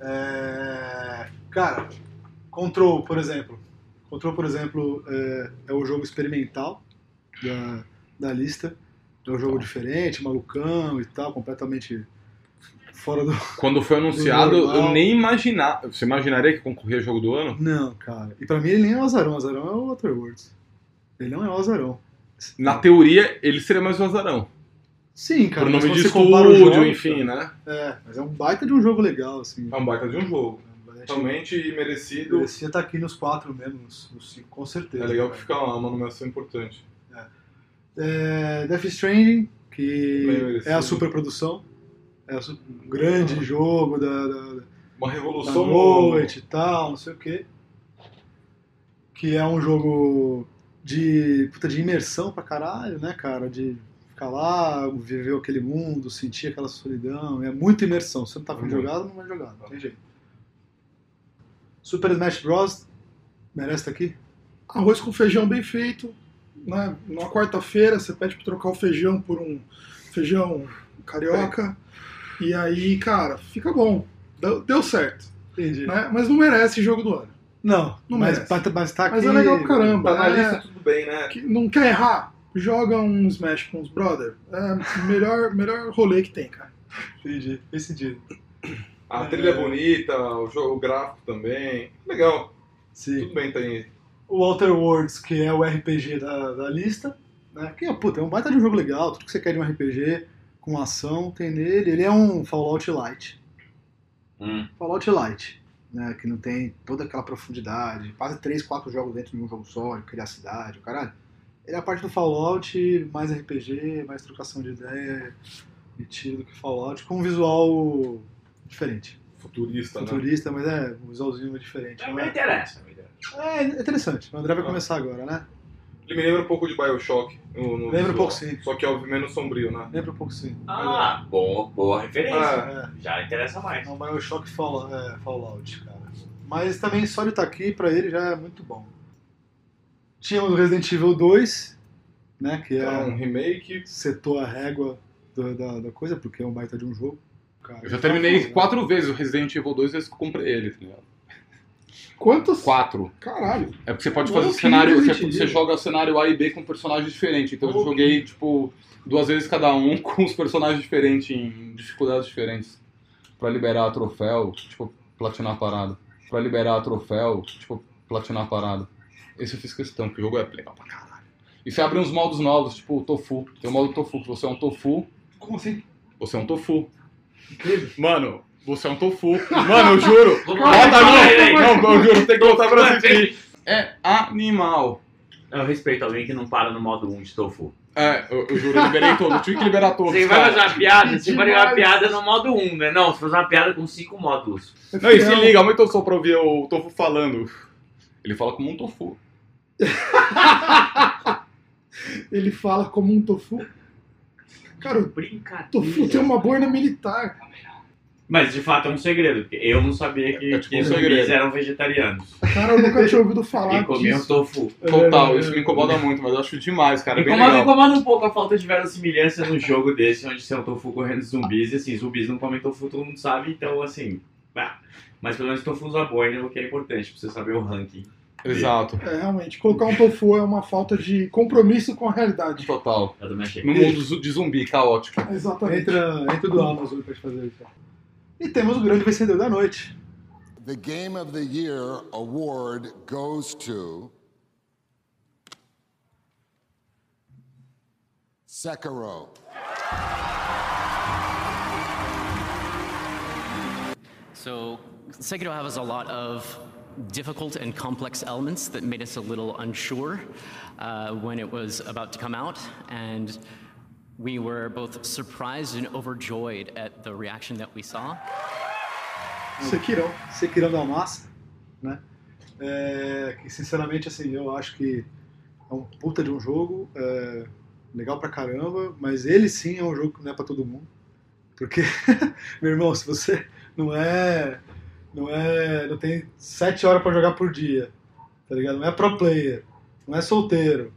É, Cara, Control, por exemplo. Control, por exemplo, é, é o jogo experimental da, da lista. É um jogo diferente, malucão e tal, completamente fora do.
Quando foi anunciado, eu nem imaginava. Você imaginaria que concorria jogo do ano?
Não, cara. E pra mim ele nem é o Azarão, o Azarão é o Outer Worlds. Ele não é o Azarão.
Na teoria, ele seria mais um azarão.
Sim, cara.
Por
mas
nome
quando
de
você compara os
estúdio,
jogos,
enfim, né?
É, mas é um baita de um jogo legal, assim.
É um baita de um jogo. Totalmente merecido.
Merecia estar tá aqui nos quatro mesmo, nos, nos cinco, com certeza.
É legal que
cara.
fica uma, uma nomeação importante.
É, Death Stranding,
Bem
que
merecido. Ah.
é a superprodução. É a su- um grande jogo da, da,
Uma
da
revolução.
noite e tal, não sei o quê. Que é um jogo de, puta, de imersão pra caralho, né, cara? De ficar lá, viver aquele mundo, sentir aquela solidão. É muita imersão. Se você não tá com
Uhum.
jogado, não vai jogar, não tem jeito. Super Smash Bros. merece estar aqui?
Arroz com feijão bem feito, né? Numa quarta-feira você pede pra trocar o feijão por um feijão carioca.
É.
E aí, cara, fica bom. Deu, deu certo.
Entendi.
né? Mas não merece jogo do ano.
Não,
Não
mas,
merece.
mas, mas tá aqui.
Mas é legal pra caramba.
Tá na
né?
É.
lista, tudo bem, né?
que não quer errar, joga um Smash com os brother. É o melhor, melhor rolê que tem, cara.
Entendi, fez sentido.
A trilha é bonita, o jogo o gráfico também. Legal.
Sim.
Tudo bem, tá aí.
O Outer Worlds, que é o RPG da, da lista, né? que puta, é um baita de um jogo legal, tudo que você quer de um RPG com ação tem nele. Ele é um Fallout Light.
Hum.
Fallout Light, né? que não tem toda aquela profundidade, quase 3, 4 jogos dentro de um jogo só, de criar cidade, o caralho. Ele é a parte do Fallout, mais RPG, mais trocação de ideia e tiro do que Fallout, com um visual diferente.
Futurista, né?
Futurista, mas é um visualzinho diferente.
Não
não
me
é?
interessa. não me interessa.
É interessante. O André vai começar agora, né?
Ele me lembra um pouco de Bioshock. No, no
Lembra um
visual.
pouco, sim.
Só que é óbvio, menos sombrio, né?
Lembra um pouco sim.
Ah, bom, boa referência.
Ah,
É,
Já interessa mais.
não, Bioshock Fall, é, Fallout, cara. Mas também só ele estar aqui pra ele já é muito bom. Tínhamos o Resident Evil 2, né? Que
é um
é,
remake.
setou a régua do- da, da coisa, porque é um baita de um jogo. Cara, Tá
Eu já terminei quatro vezes o Resident Evil 2 vezes que eu comprei ele, tá ligado?
Quantos?
Quatro.
Caralho.
É porque você pode
Não,
fazer o
que
cenário. Você,
Resident
você
Evil.
joga o cenário A e B com personagens diferentes. Então eu joguei, tipo, duas vezes cada um com os personagens diferentes, em dificuldades diferentes. Pra liberar troféu, tipo, platinar a parada. Pra liberar troféu, tipo, platinar a parada. Esse eu fiz questão, porque o jogo é legal pra caralho. E você abre uns modos novos, tipo o tofu. Tem o modo tofu, que você é um tofu.
Como assim?
Você é um tofu. Mano, você é um tofu. Mano, eu juro. Bota não, não, eu juro, tem que voltar pra assistir. É animal.
Eu respeito alguém que não para no modo 1 de tofu.
É, eu, eu juro, eu liberei todo, eu tive que liberar todos.
Você vai
cara.
fazer uma piada, você vai fazer
Demais.
uma piada no modo 1, né? Não, você faz uma piada com 5 módulos.
Não, e se liga, aumenta o som pra ouvir o tofu falando. Ele fala como um tofu.
Ele fala como um tofu. Cara, o
Brincadeira.
tofu tem uma boina militar.
Mas de fato é um segredo, porque eu não sabia que,
É tipo
que
um
os
segredo.
zumbis eram vegetarianos.
Cara, eu nunca tinha ouvido falar
E comiam
disso.
tofu.
Total, isso me incomoda muito, mas eu acho demais, cara. É bem
Incomoda,
legal.
incomoda um pouco a falta de verossimilhança num jogo desse, onde tem um tofu correndo zumbis, e assim, zumbis não comem tofu, todo mundo sabe, então assim... bah. Mas pelo menos tofu usa boina, o que é importante, pra você saber o ranking.
Exato,
É, realmente, colocar um tofu é uma falta de compromisso com a realidade.
total.
Eu também achei.
No mundo zu- de zumbi, caótico.
Exatamente.
Entra, entra né? do Amazon pra te fazer isso. E temos o grande vencedor da noite.
The Game of the Year award goes to Sekiro.
So Sekiro has a lot of difficult and complex elements that made us a little unsure uh, when it was about to come out, and we were both surprised and overjoyed at the reaction that we saw.
Sekirão. Sekirão da Massa, né? É, que sinceramente, assim, eu acho que é um puta de um jogo, é, legal pra caramba, mas ele sim é um jogo que não é pra todo mundo. Porque, meu irmão, se você não é. Não é. Não tem sete horas pra jogar por dia tá ligado? Não é pro player, não é solteiro,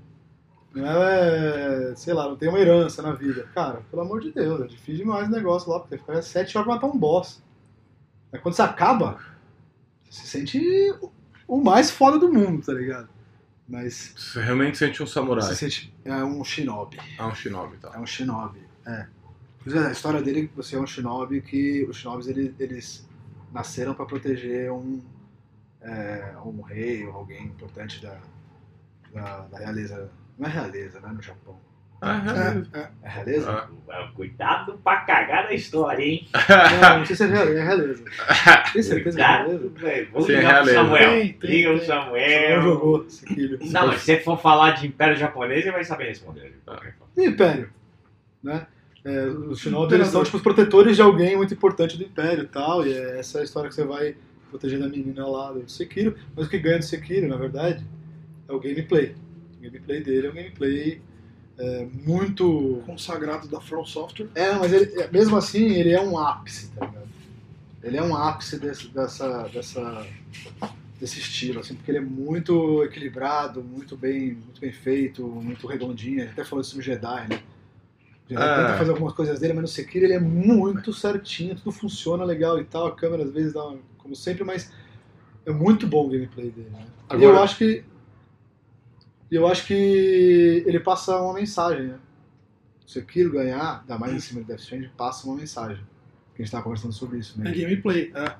não é, sei lá, não tem uma herança na vida. Cara, pelo amor de Deus, é difícil demais o negócio lá, porque fica sete horas pra matar um boss. Aí quando você acaba, você se sente o- o mais foda do mundo, tá ligado? Mas
Você realmente sente um samurai.
Você sente- é um shinobi.
É um shinobi, tá.
É um shinobi, é. Inclusive, a história dele é que você é um shinobi que os shinobis eles, eles nasceram para proteger um, é, um rei ou alguém importante da, da, da realeza. Não é realeza, né? No Japão. É, é. É
Ah.
realeza?
um
Cuidado pra cagar na história, hein?
Não, não sei se é realeza. É realeza. Tem certeza que
Tá?
é realeza?
velho. Vou ligar
é
pro Samuel. Liga pro
É,
Não
Samuel.
jogou esse filho.
Não, mas se você for falar de Império Japonês, ele vai saber responder. de
Tá.
qualquer forma.
do Império. Né? É, os Shinobis eles são tipo, os protetores de alguém muito importante do Império e tal, e é essa a história que você vai protegendo a menina lá do Sekiro, mas o que ganha do Sekiro, na verdade, é o gameplay. O gameplay dele é um gameplay é, muito... Consagrado da From Software. É, mas ele- é, mesmo assim ele é um ápice, tá ligado? Ele é um ápice desse, dessa, dessa, desse estilo, assim, porque ele é muito equilibrado, muito bem, muito bem feito, muito redondinho. Ele até falou isso no Jedi, né? O Jedi
Ah.
É.
tenta fazer algumas coisas dele, mas no Sekiro ele é muito certinho, tudo funciona legal e tal. A câmera às vezes dá uma, como sempre, mas é muito bom o gameplay dele. Né? E eu
Agora-
acho que e eu acho que ele passa uma mensagem, né? Se aquilo ganhar, ainda mais em cima do Death Stranding, passa uma mensagem. Que a gente tava conversando sobre isso, né?
É gameplay.
É.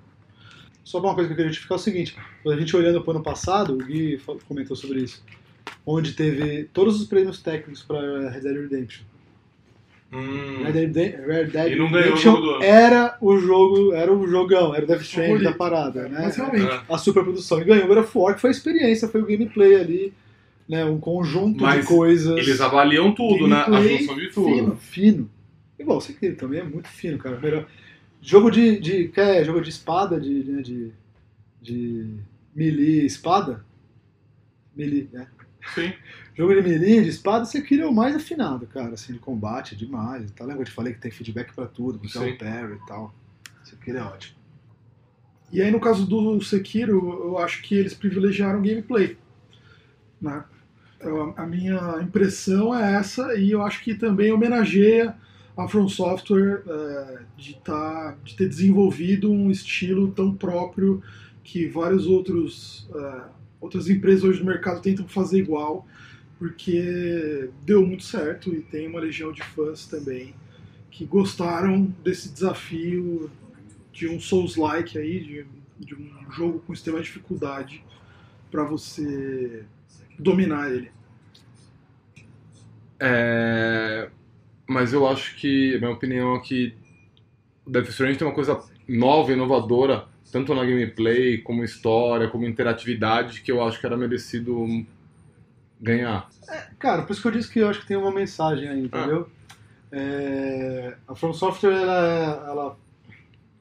Só uma coisa que eu queria justificar é o seguinte: quando a gente olhando pro ano passado, o Gui fa- comentou sobre isso, onde teve todos os prêmios técnicos para Red Dead Redemption.
É. Hum,
Red Dead Redem- Red Dead
Hum. E não ganhou o
Redemption
jogo do ano.
era o jogo, era o jogão, era o Death Stranding da
Favorito.
parada, né?
Mas realmente.
É. A superprodução. E ganhou o God of War, que foi a experiência, foi o gameplay ali, né? Um conjunto
Mas
de coisas.
eles avaliam tudo, né? A
Gameplay
junção de tudo.
Fino, fino. Igual, você que também é muito fino, cara. Melhor. Jogo de. de quer jogo de espada, de. né, de, de melee espada? Melee, né?
Sim.
Jogo de melee, de espada, você queria o mais afinado, cara, assim, de combate, demais. Tá? Lembra que eu te falei que tem feedback pra tudo, você é
Sim.
um parry e tal. Você queria ótimo.
E aí, no caso do Sekiro, eu acho que eles privilegiaram o gameplay. né? Eu- a minha impressão é essa, e eu acho que também homenageia a From Software eh, de, tá, de ter desenvolvido um estilo tão próprio que vários outros eh, outras empresas hoje no mercado tentam fazer igual, porque deu muito certo e tem uma legião de fãs também que gostaram desse desafio de um Souls-like aí, de, de um jogo com extrema dificuldade para você dominar ele.
É, Mas eu acho que, a minha opinião é que o Death Stranding tem uma coisa nova, inovadora, tanto na gameplay, como história, como interatividade, que eu acho que era merecido ganhar.
Cara, por isso que eu disse que eu acho que tem uma mensagem aí, entendeu?
Ah.
É, a From Software, ela, é ela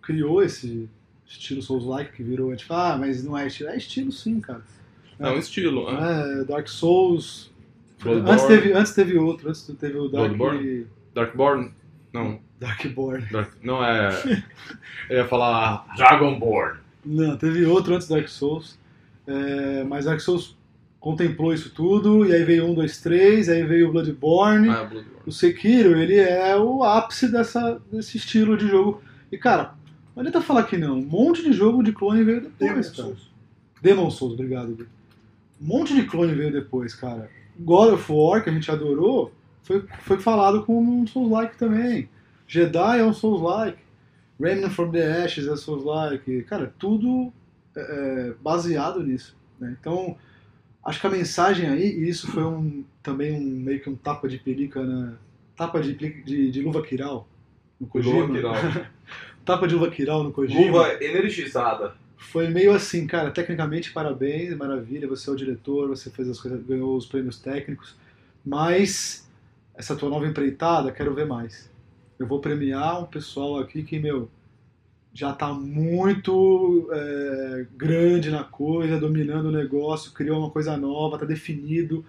criou esse estilo Souls-like que virou, tipo, ah, mas não é estilo. É estilo sim, cara.
É
Ah.
um estilo,
É, Dark Souls.
Bloodborne.
Antes teve, antes teve outro, antes teve o Dark...
Bloodborne? Darkborn? Não.
Darkborn.
Dark- Não, é... eu ia falar Dragonborn.
Não, teve outro antes do Dark Souls. É, mas Dark Souls contemplou isso tudo, e aí veio 1, 2, 3, aí veio o Bloodborne.
Ah, Bloodborne.
O Sekiro, ele é o ápice dessa, desse estilo de jogo. E cara, não adianta falar que não. Um monte de jogo de clone veio
um
depois, cara. Demon Souls, obrigado. Gui. Um monte de clone veio depois, cara. God of War, que a gente adorou, foi, foi falado como um Souls-like também. Jedi é um Souls-like. Remnant from the Ashes é Souls-like. Cara, tudo é, é, baseado nisso. né? Então, acho que a mensagem aí, e isso foi um, também um, meio que um tapa de pelica, na, tapa de, pli- de, de luva quiral no Kojima.
Luva quiral.
tapa de luva quiral no Kojima
Luva energizada.
foi meio assim, cara, tecnicamente parabéns, maravilha, você é o diretor, você fez as coisas, ganhou os prêmios técnicos, mas essa tua nova empreitada, quero ver mais. Eu vou premiar um pessoal aqui que, meu, já tá muito é, grande na coisa, dominando o negócio, criou uma coisa nova, tá definido,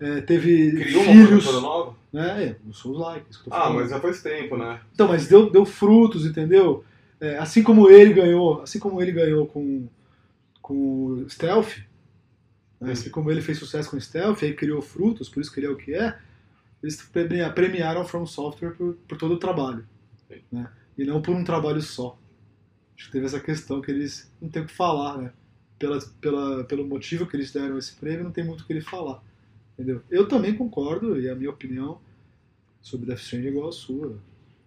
é, teve
Criou uma
filhos.
produtora nova?
Né? É, os seus likes. que eu tô
Ah,
falando.
mas já faz tempo, né?
Então, mas deu, deu frutos, entendeu? É, assim como ele ganhou, assim como ele ganhou com, com o Stealth, Né? Assim como ele fez sucesso com Stealth, aí criou frutos, por isso que ele é o que é, eles premia- premiaram a From Software por, por todo o trabalho. Né? E não por um trabalho só. Acho que teve essa questão que eles não tem o que falar, né? Pela, pela, pelo motivo que eles deram esse prêmio, não tem muito o que ele falar. Entendeu? Eu também concordo, e é a minha opinião sobre Death Stranding é igual à sua.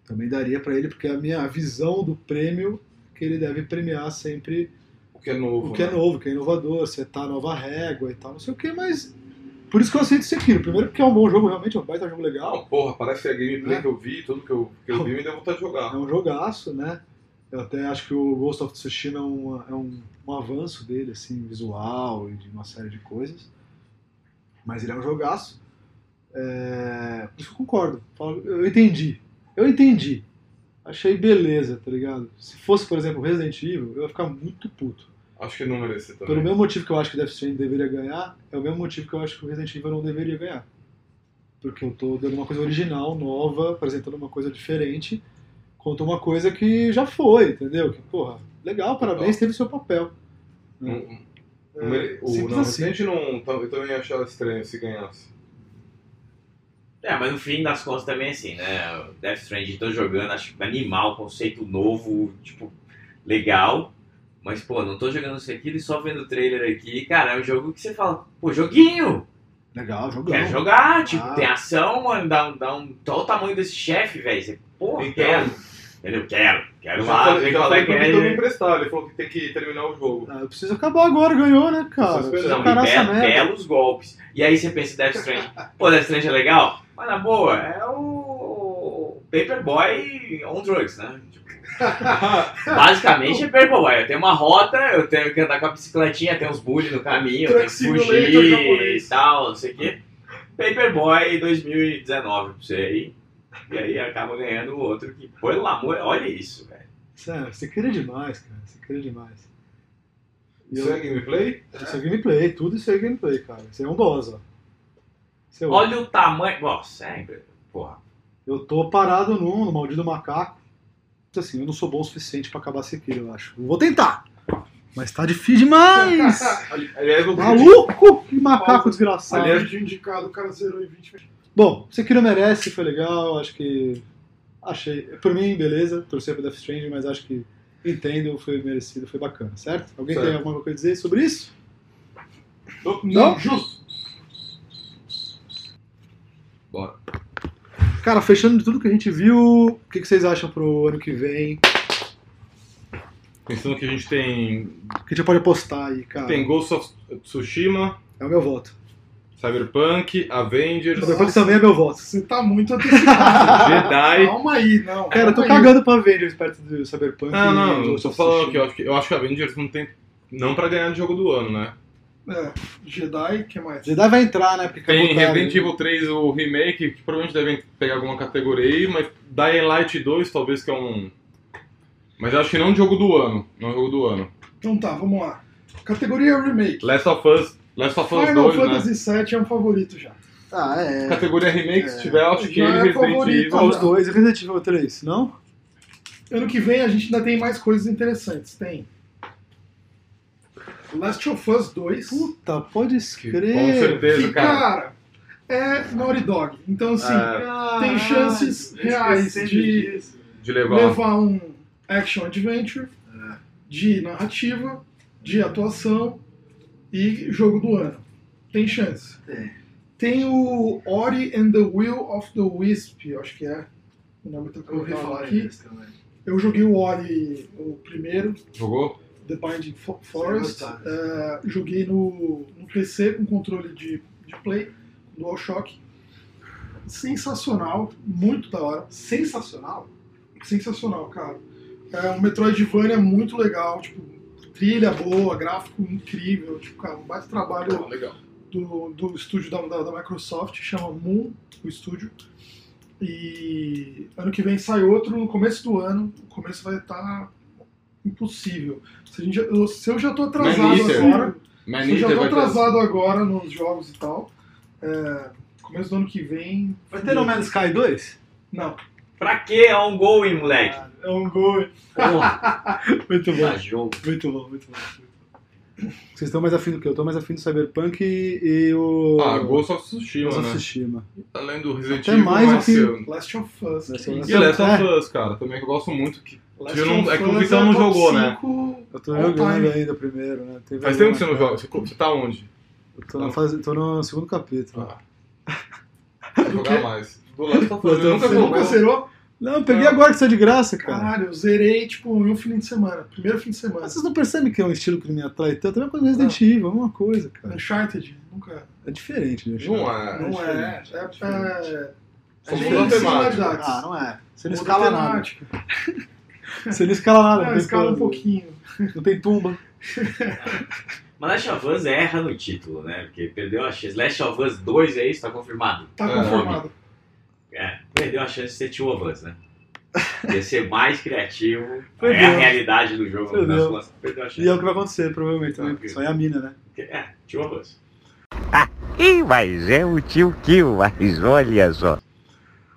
Também daria pra ele, porque é a minha visão do prêmio é que ele deve premiar sempre
o que é novo.
o que é novo, o que é inovador, setar a nova régua e tal, não sei o que, mas. Por isso que eu aceito isso aqui. Primeiro porque é um bom jogo, realmente, é um baita jogo legal.
Porra, parece a gameplay que eu vi, tudo que eu, que eu vi me deu vontade de jogar.
É um jogaço, né? Eu até acho que o Ghost of Tsushima é, uma- é um, um avanço dele, assim, visual e de uma série de coisas. Mas ele é um jogaço. É... Por isso que eu concordo. Falo- Eu entendi. Eu entendi. Achei beleza, tá ligado? Se fosse, por exemplo, Resident Evil, eu ia ficar muito puto.
Acho que não merece também.
Pelo mesmo motivo que eu acho que Death Stranding deveria ganhar, é o mesmo motivo que eu acho que o Resident Evil não deveria ganhar. Porque eu tô dando uma coisa original, nova, apresentando uma coisa diferente, conta uma coisa que já foi, entendeu? Que, porra, legal, parabéns, teve seu papel.
Não- não
É,
mere- Um, o
simples
não,
assim.
Resident não. tam- Eu também achava estranho se assim. ganhasse.
É, mas no fim das contas também é assim, né? O Death Stranding tô jogando, acho animal, conceito novo, tipo, legal. Mas, pô, não tô jogando isso aqui e só vendo o trailer aqui. Cara, é um jogo que você fala, pô, joguinho!
Legal, jogão.
Quer jogar, tipo,
Ah.
tem ação, mano, dá um, dá um. Olha o tamanho desse chefe, velho. Você, pô,
Então.
quero. Entendeu? Quero, quero
Eu já
lá,
falei-
ver
já
qual
falei
é que
pro
é.
Vitor me emprestar, ele falou que tem que terminar o jogo.
Ah, eu preciso acabar agora, ganhou, né, cara?
Não,
Preciso
e
encarar essa
be-
merda.
belos golpes. E aí você pensa, Death Stranding. Pô, Death Stranding é legal? Mas na boa, é o Paperboy on drugs, né? Tipo, Basicamente
então-
é Paperboy. Eu tenho uma rota, eu tenho que andar com a bicicletinha, tem uns bullies no caminho, eu tenho que
Truck
fugir
Simulator
e
japonês.
tal, não sei o quê. Paperboy 2019 pra você aí. E aí acaba ganhando o outro que, pelo amor, olha isso, velho.
Sério, é, você queria demais, cara. Você queria demais. E
Isso
eu-
é gameplay?
Isso é gameplay, tudo isso é gameplay, cara. Isso aí é um boss, ó. Isso é
Olha o tamanho. Nossa, é, porra.
Eu tô parado num, no maldito macaco. Assim, eu não sou bom o suficiente pra acabar Sekiro, eu acho. Eu Vou tentar! Mas tá difícil demais!
Aliás, eu
Maluco! Que macaco desgraçado!
Aliás, de indicado, o cara zerou em 20 minutos.
Bom, Sekiro merece, foi legal, acho que. Achei. Por mim, beleza, torcer pra Death Stranding, mas acho que entendo, foi merecido, foi bacana, certo? Alguém tem
Certo.
alguma coisa a dizer sobre isso?
Não, justo. Bora.
Cara, fechando de tudo que a gente viu, o que, que vocês acham pro ano que vem?
Pensando que a gente tem.
O que a gente pode apostar aí, cara?
Tem Ghost of Tsushima,
É o meu voto.
Cyberpunk, Avengers,
Cyberpunk também é meu voto.
Você tá muito antecipado.
Jedi.
Calma aí, não.
Cara, eu tô cagando pra Avengers perto do Cyberpunk.
Ah,
e do
não, eu tô
Ghost of
falando
Tsushima.
que eu acho que, eu acho que Avengers não tem. Não pra ganhar no jogo do ano, né?
É, Jedi, que mais?
Jedi vai entrar, né? Porque
Tem
acabou tarde,
Resident
né?
Evil 3, o remake, que provavelmente devem pegar alguma categoria aí, mas Dying Light 2 talvez que é um. Mas eu acho que não é um jogo do ano. Não é jogo do ano.
Então tá, vamos lá. Categoria Remake.
Last of Us. Last of Us
Final
2,
Fantasy
né?
VII é um favorito já.
Ah, é.
Categoria remake, se tiver, eu acho que
Já é
Resident
favorito,
Evil.
Ah, os dois, Resident Evil 3, não?
Ano que vem a gente ainda tem mais coisas interessantes. Tem Last of Us 2.
Puta, pode escrever.
Com certeza,
que,
cara.
cara, é Naughty Dog. Então, assim,
Ah,
tem chances reais
esqueci
de
disso.
De levar.
levar um action adventure,
É.
de narrativa, de atuação e jogo do ano. Tem chance. Tem o Ori and the Will of the Wisp, eu acho que é. O nome tá
Eu ouvi
colocado
falar
aqui. Eu joguei o Ori, o primeiro,
Jogou?
The Binding Fo-
vai
Forest.
gostar,
eh, joguei no, no PC com controle de, de play, DualShock. Sensacional, muito da hora. Sensacional? Sensacional, cara. É um Metroidvania muito legal, tipo, trilha boa, gráfico incrível, tipo, cara, um baita trabalho
Ah, legal.
do, do estúdio da, da, da Microsoft, chama Moon, o estúdio. E ano que vem sai outro no começo do ano. O começo vai estar impossível. Se, a gente já- eu, se eu já tô atrasado
Man Eater.
agora.
Man
se eu já
Eater
tô
vai ter-
atrasado agora nos jogos e tal. é, começo do ano que vem.
Vai ter No Man's Sky 2?
Não.
Pra que é ongoing, moleque?
É um gol.
Porra, Tá
Muito bom.
jogo.
Muito bom, muito bom. Vocês estão mais afim do que eu? Eu tô mais afim do Cyberpunk e, e o.
Ah, Ghost of Tsushima,
Ghost of
né?
Tsushima.
Além do Resident
Até
Evil,
mais do que
Marcelo.
Last of
Last
Us.
of
que
Us.
isso.
E Last of Us, cara, também que eu gosto muito. Que
Last
que eu não,
of
é que o
Us
Vitão
é
não
top
jogou, né?
cinco
Eu tô
all
jogando
time.
ainda o primeiro, né? Teve
Faz
agora
tempo que você não
na-
joga. Você você tá onde?
Eu tô, na fase, tô no segundo capítulo.
Vai jogar mais. Do Last of Us,
Você
eu nunca
nunca
é
jogou.
zerou?
Não, eu peguei agora que saiu de graça, cara.
Caralho, eu zerei tipo em um fim de semana. Primeiro fim de semana.
Vocês não percebem que é um estilo que não me atrai tanto? É uma coisa do Resident
Ah.
Evil, é uma coisa, cara.
Uncharted, nunca.
É diferente, né?
Não é.
Não é. É, é,
Só
é
mudou a temática.
similaridades.
Ah, não é. Você não
Muda
escala
a
nada.
temática.
Você não escala nada.
Não,
tem
escala um
coisa.
pouquinho.
Não tem tumba.
Mas Last of Us erra no título, né? Porque perdeu a chance. Last of Us 2 é isso? Tá confirmado?
Tá
É.
conformado.
É, perdeu a chance de ser Two of Us, né? De ser mais criativo.
Perdeu.
É a realidade do jogo. no final das
Perdeu.
contas, Perdeu a
E é o
chance.
que vai acontecer, provavelmente, também, porque só é a mina, né?
É, Two of Us.
Ih, mas é o tio Kill, mas olha só.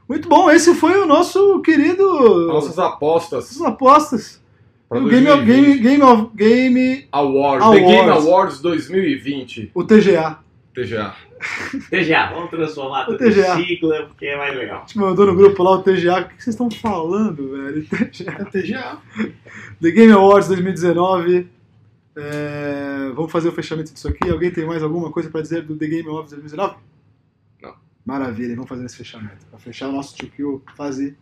Muito bom, esse foi o nosso querido.
Nossas apostas.
Nossas apostas.
Pra
O Game of,
2020.
Game, Game of Game.
Awards. The Game
Awards.
Awards 2020.
O TGA.
TGA.
TGA, vamos transformar tudo
TGA.
em sigla, porque é mais legal.
A gente mandou no grupo lá o TGA. O que vocês estão falando, velho?
É
TGA.
TGA.
The Game Awards 2019. É, Vamos fazer o fechamento disso aqui. Alguém tem mais alguma coisa pra dizer do The Game Awards 2019?
Não.
Maravilha, vamos fazer esse fechamento. Pra fechar o nosso TQ, fase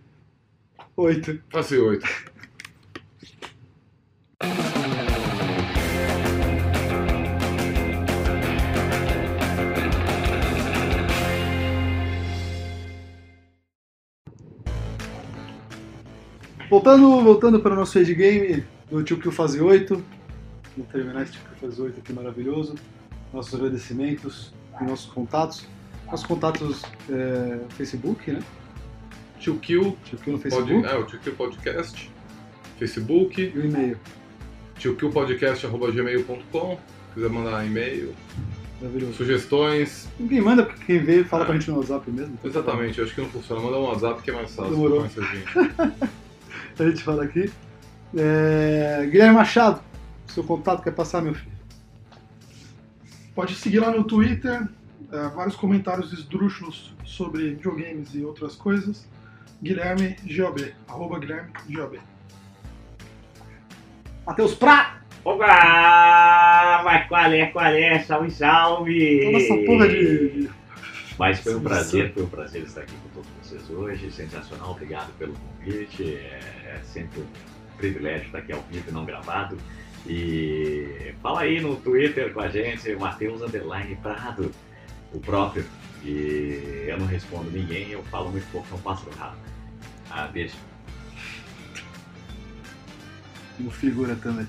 8.
Passei oito.
Voltando, voltando para o nosso Age Game do Tio Kill Fase 8. Vamos terminar esse Tio Kill Fase 8 aqui maravilhoso. Nossos agradecimentos e nossos contatos. Nossos contatos é, no Facebook, né?
Tio Kill.
Tio Kill no
Pod,
Facebook.
é, o Tio Kill Podcast. Facebook.
E o e-mail.
tiokillpodcast.gmail.com. Se quiser mandar e-mail,
Maravilhoso.
sugestões.
Ninguém manda, porque quem vê fala pra gente no WhatsApp mesmo.
Exatamente, eu acho que não funciona. Manda um WhatsApp que é mais fácil.
Demorou.
conhecer a gente.
A gente fala aqui. É, Guilherme Machado, seu contato quer passar, meu filho?
Pode seguir lá no Twitter, eh, vários comentários esdrúxulos sobre videogames e outras coisas. Guilherme GOB, arroba Guilherme GOB.
Matheus Prá!
Opa! Mas qual é, qual é? Salve, salve!
Toda essa porra de.
Mas foi um
Salve,
prazer,
salve.
foi um prazer estar aqui com todos vocês hoje. Sensacional, obrigado pelo convite. É, é sempre um privilégio estar aqui ao vivo e não gravado. E fala aí no Twitter com a gente, Matheus Underline Prado, o próprio. E eu não respondo ninguém, eu falo muito pouco, não passo rápido. Ah, beijo.
Uma figura também.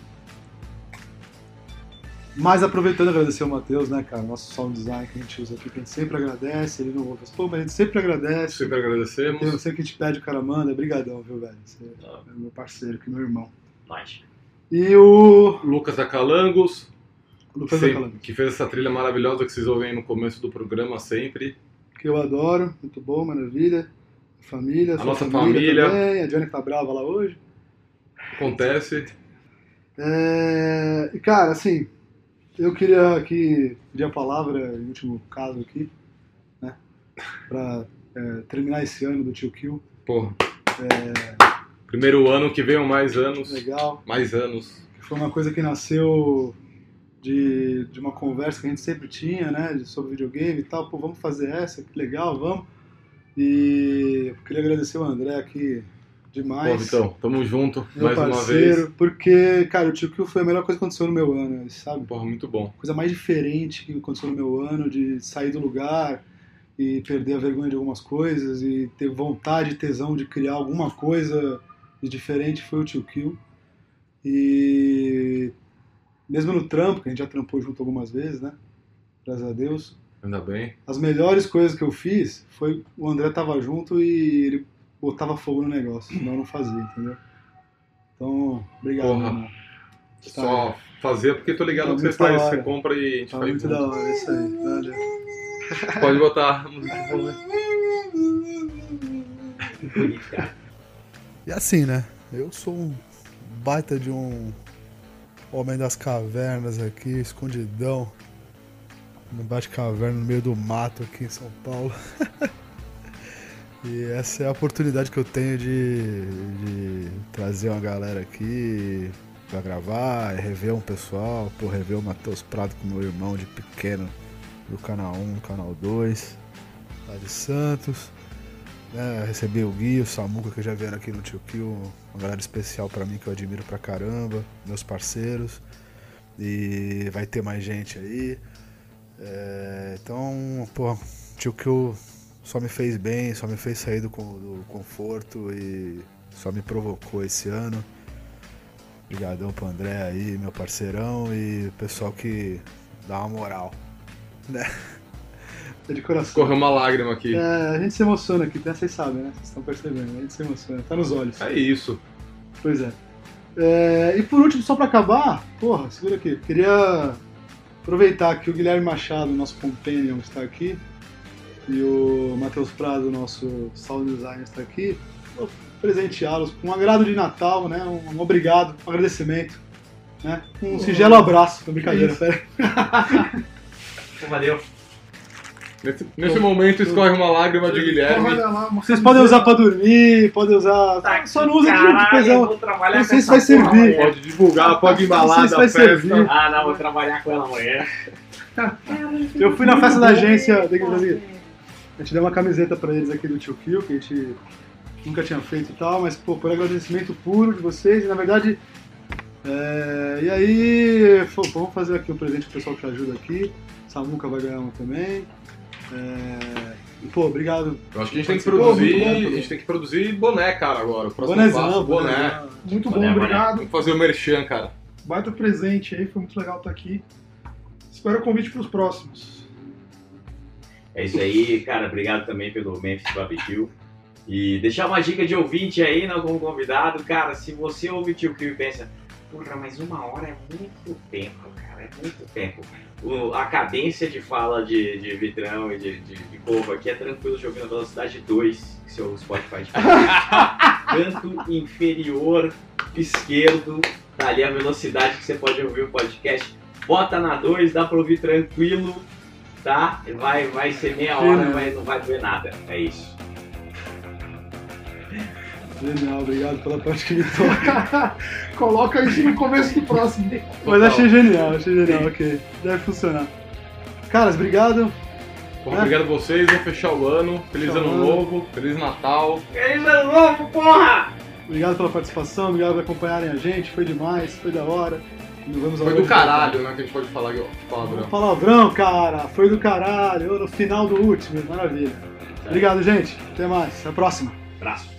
Mas aproveitando, agradecer ao Matheus, né, cara? Nosso sound design que a gente usa aqui, que a gente sempre agradece. Ele não ouve as pô, mas a gente sempre agradece.
Sempre agradecemos.
Eu sei que a gente pede, o cara manda. Obrigadão, viu, velho? Você é meu parceiro, que é meu irmão.
Nós.
E o
Lucas Acalangos,
Lucas
sem-
Acalangos.
que fez essa trilha maravilhosa que vocês ouvem aí no começo do programa sempre.
que eu adoro, muito bom, maravilha. Família,
A
sua
nossa família.
também. A Johnny tá brava lá hoje.
Acontece.
É, E, cara, assim, eu queria aqui pedir a palavra, em último caso aqui, né? Pra é, terminar esse ano do Tio Kill.
Porra. É. Primeiro ano que venham mais anos.
Legal.
Mais anos.
Foi uma coisa que nasceu de, de uma conversa que a gente sempre tinha, né? de- Sobre videogame e tal. Pô, vamos fazer essa, que legal, vamos. E eu queria agradecer o André aqui demais.
Pô, Vitão, tamo junto
Meu
mais
parceiro,
uma vez.
porque, cara, o Tio Kill foi a melhor coisa que aconteceu no meu ano, sabe?
Porra, muito bom.
coisa mais diferente que aconteceu no meu ano, de sair do lugar e perder a vergonha de algumas coisas e ter vontade, tesão de criar alguma coisa de diferente foi o Tio Kill. E mesmo no trampo, que a gente já trampou junto algumas vezes, né? Graças a Deus.
Ainda bem.
As melhores coisas que eu fiz foi o André tava junto e ele botava fogo no negócio, senão eu não fazia, entendeu? Então, obrigado,
Porra.
mano. Tá.
Só fazer porque tô ligado
Tá
que você
muito
faz,
da hora.
você compra e a gente
Tá
faz
muito
junto.
da hora isso aí. Valeu.
Pode botar a música de fundo, né?
E assim, né? Eu sou um baita de um
Homem das Cavernas aqui, escondidão. Um Embaixo de caverna, no meio do mato aqui em São Paulo. e essa é a oportunidade que eu tenho de, de trazer uma galera aqui pra gravar, e rever um pessoal, pô, rever o Matheus Prado com meu irmão de pequeno do canal 1, canal 2, lá de Santos. Né, recebi o Gui, o Samuca que já vieram aqui no Tio Kill, uma galera especial pra mim que eu admiro pra caramba, meus parceiros. E vai ter mais gente aí. É, então, pô, Tio Kill só me fez bem, só me fez sair do, con- do conforto e só me provocou esse ano. Obrigadão pro André aí, meu parceirão, e pessoal que dá uma moral. Né?
É de coração.
Correu uma lágrima aqui.
É, a gente se emociona aqui, né? Vocês sabem, né? Vocês estão percebendo, a gente se emociona, tá nos olhos.
É isso.
Pois é. É, e por último, só pra acabar, porra, segura aqui. Queria aproveitar que o Guilherme Machado, nosso companion, está aqui, e o Matheus Prado, nosso sound designer, está aqui. Vou presenteá-los com um agrado de Natal, né? Um obrigado, um agradecimento. Né? Um singelo abraço, Tô brincadeira,
Isso.
pera.
Valeu.
Nesse, nesse momento escorre uma lágrima de
Então,
Guilherme.
Olha lá, Vocês podem usar pra dormir, podem usar. só não usa de
Tá caralho,
coisa.
eu vou trabalhar
Não sei
com
se vai
essa porra
servir.
amanhã. Pode
divulgar,
pode
Não sei se vai servir.
Ah, não, vou trabalhar com ela amanhã.
Eu fui na festa da agência. da- da- A gente deu uma camiseta pra eles aqui do Tio Kill, que a gente nunca tinha feito e tal, mas pô, por agradecimento puro de vocês, e na verdade. é, e aí, pô, vamos fazer aqui um presente pro pessoal que ajuda aqui. Samuca vai ganhar uma também. É, e, pô, obrigado.
Eu acho que a gente tem que
Pô, muito
produzir.
bom,
a gente tem que produzir boné, cara, agora. O próximo
Bonézão,
passo, né? boné.
bonézão.
Muito bom, obrigado.
Vamos fazer o merchan, cara.
Baita presente aí, foi muito legal estar aqui. Espero o convite para os próximos.
É isso aí, cara. Obrigado também pelo Memphis Barbecue. E deixar uma dica de ouvinte aí, não como convidado. Cara, se você ouve o Tio Kill e pensa, porra, mas uma hora é muito tempo, cara, é muito tempo. O- a cadência de fala de, de Vitrão e de, de, de Corvo aqui é tranquilo de ouvir na velocidade 2, que seu Spotify te fala. Canto inferior esquerdo, tá ali a velocidade que você pode ouvir o podcast. Bota na 2, dá pra ouvir tranquilo, tá? Vai, vai ser meia hora, vai, não vai doer nada. É isso.
Genial, obrigado pela parte que me toca.
Coloca isso no começo do próximo.
Mas achei genial, achei genial, ok. Deve funcionar. Caras, obrigado.
Bom, Então, obrigado a vocês, vamos fechar o ano. Feliz
Fechar o
ano
ano.
novo, feliz Natal.
Feliz ano é novo, porra!
Obrigado pela participação, obrigado por acompanharem a gente, foi demais, foi da hora. Não Vamos
Foi
agora-
do caralho, né? Que a gente pode falar aqui, ó, palavrão.
Palavrão, cara, foi do caralho, no final do último, maravilha. Obrigado, gente, até mais, até a próxima.
Abraço.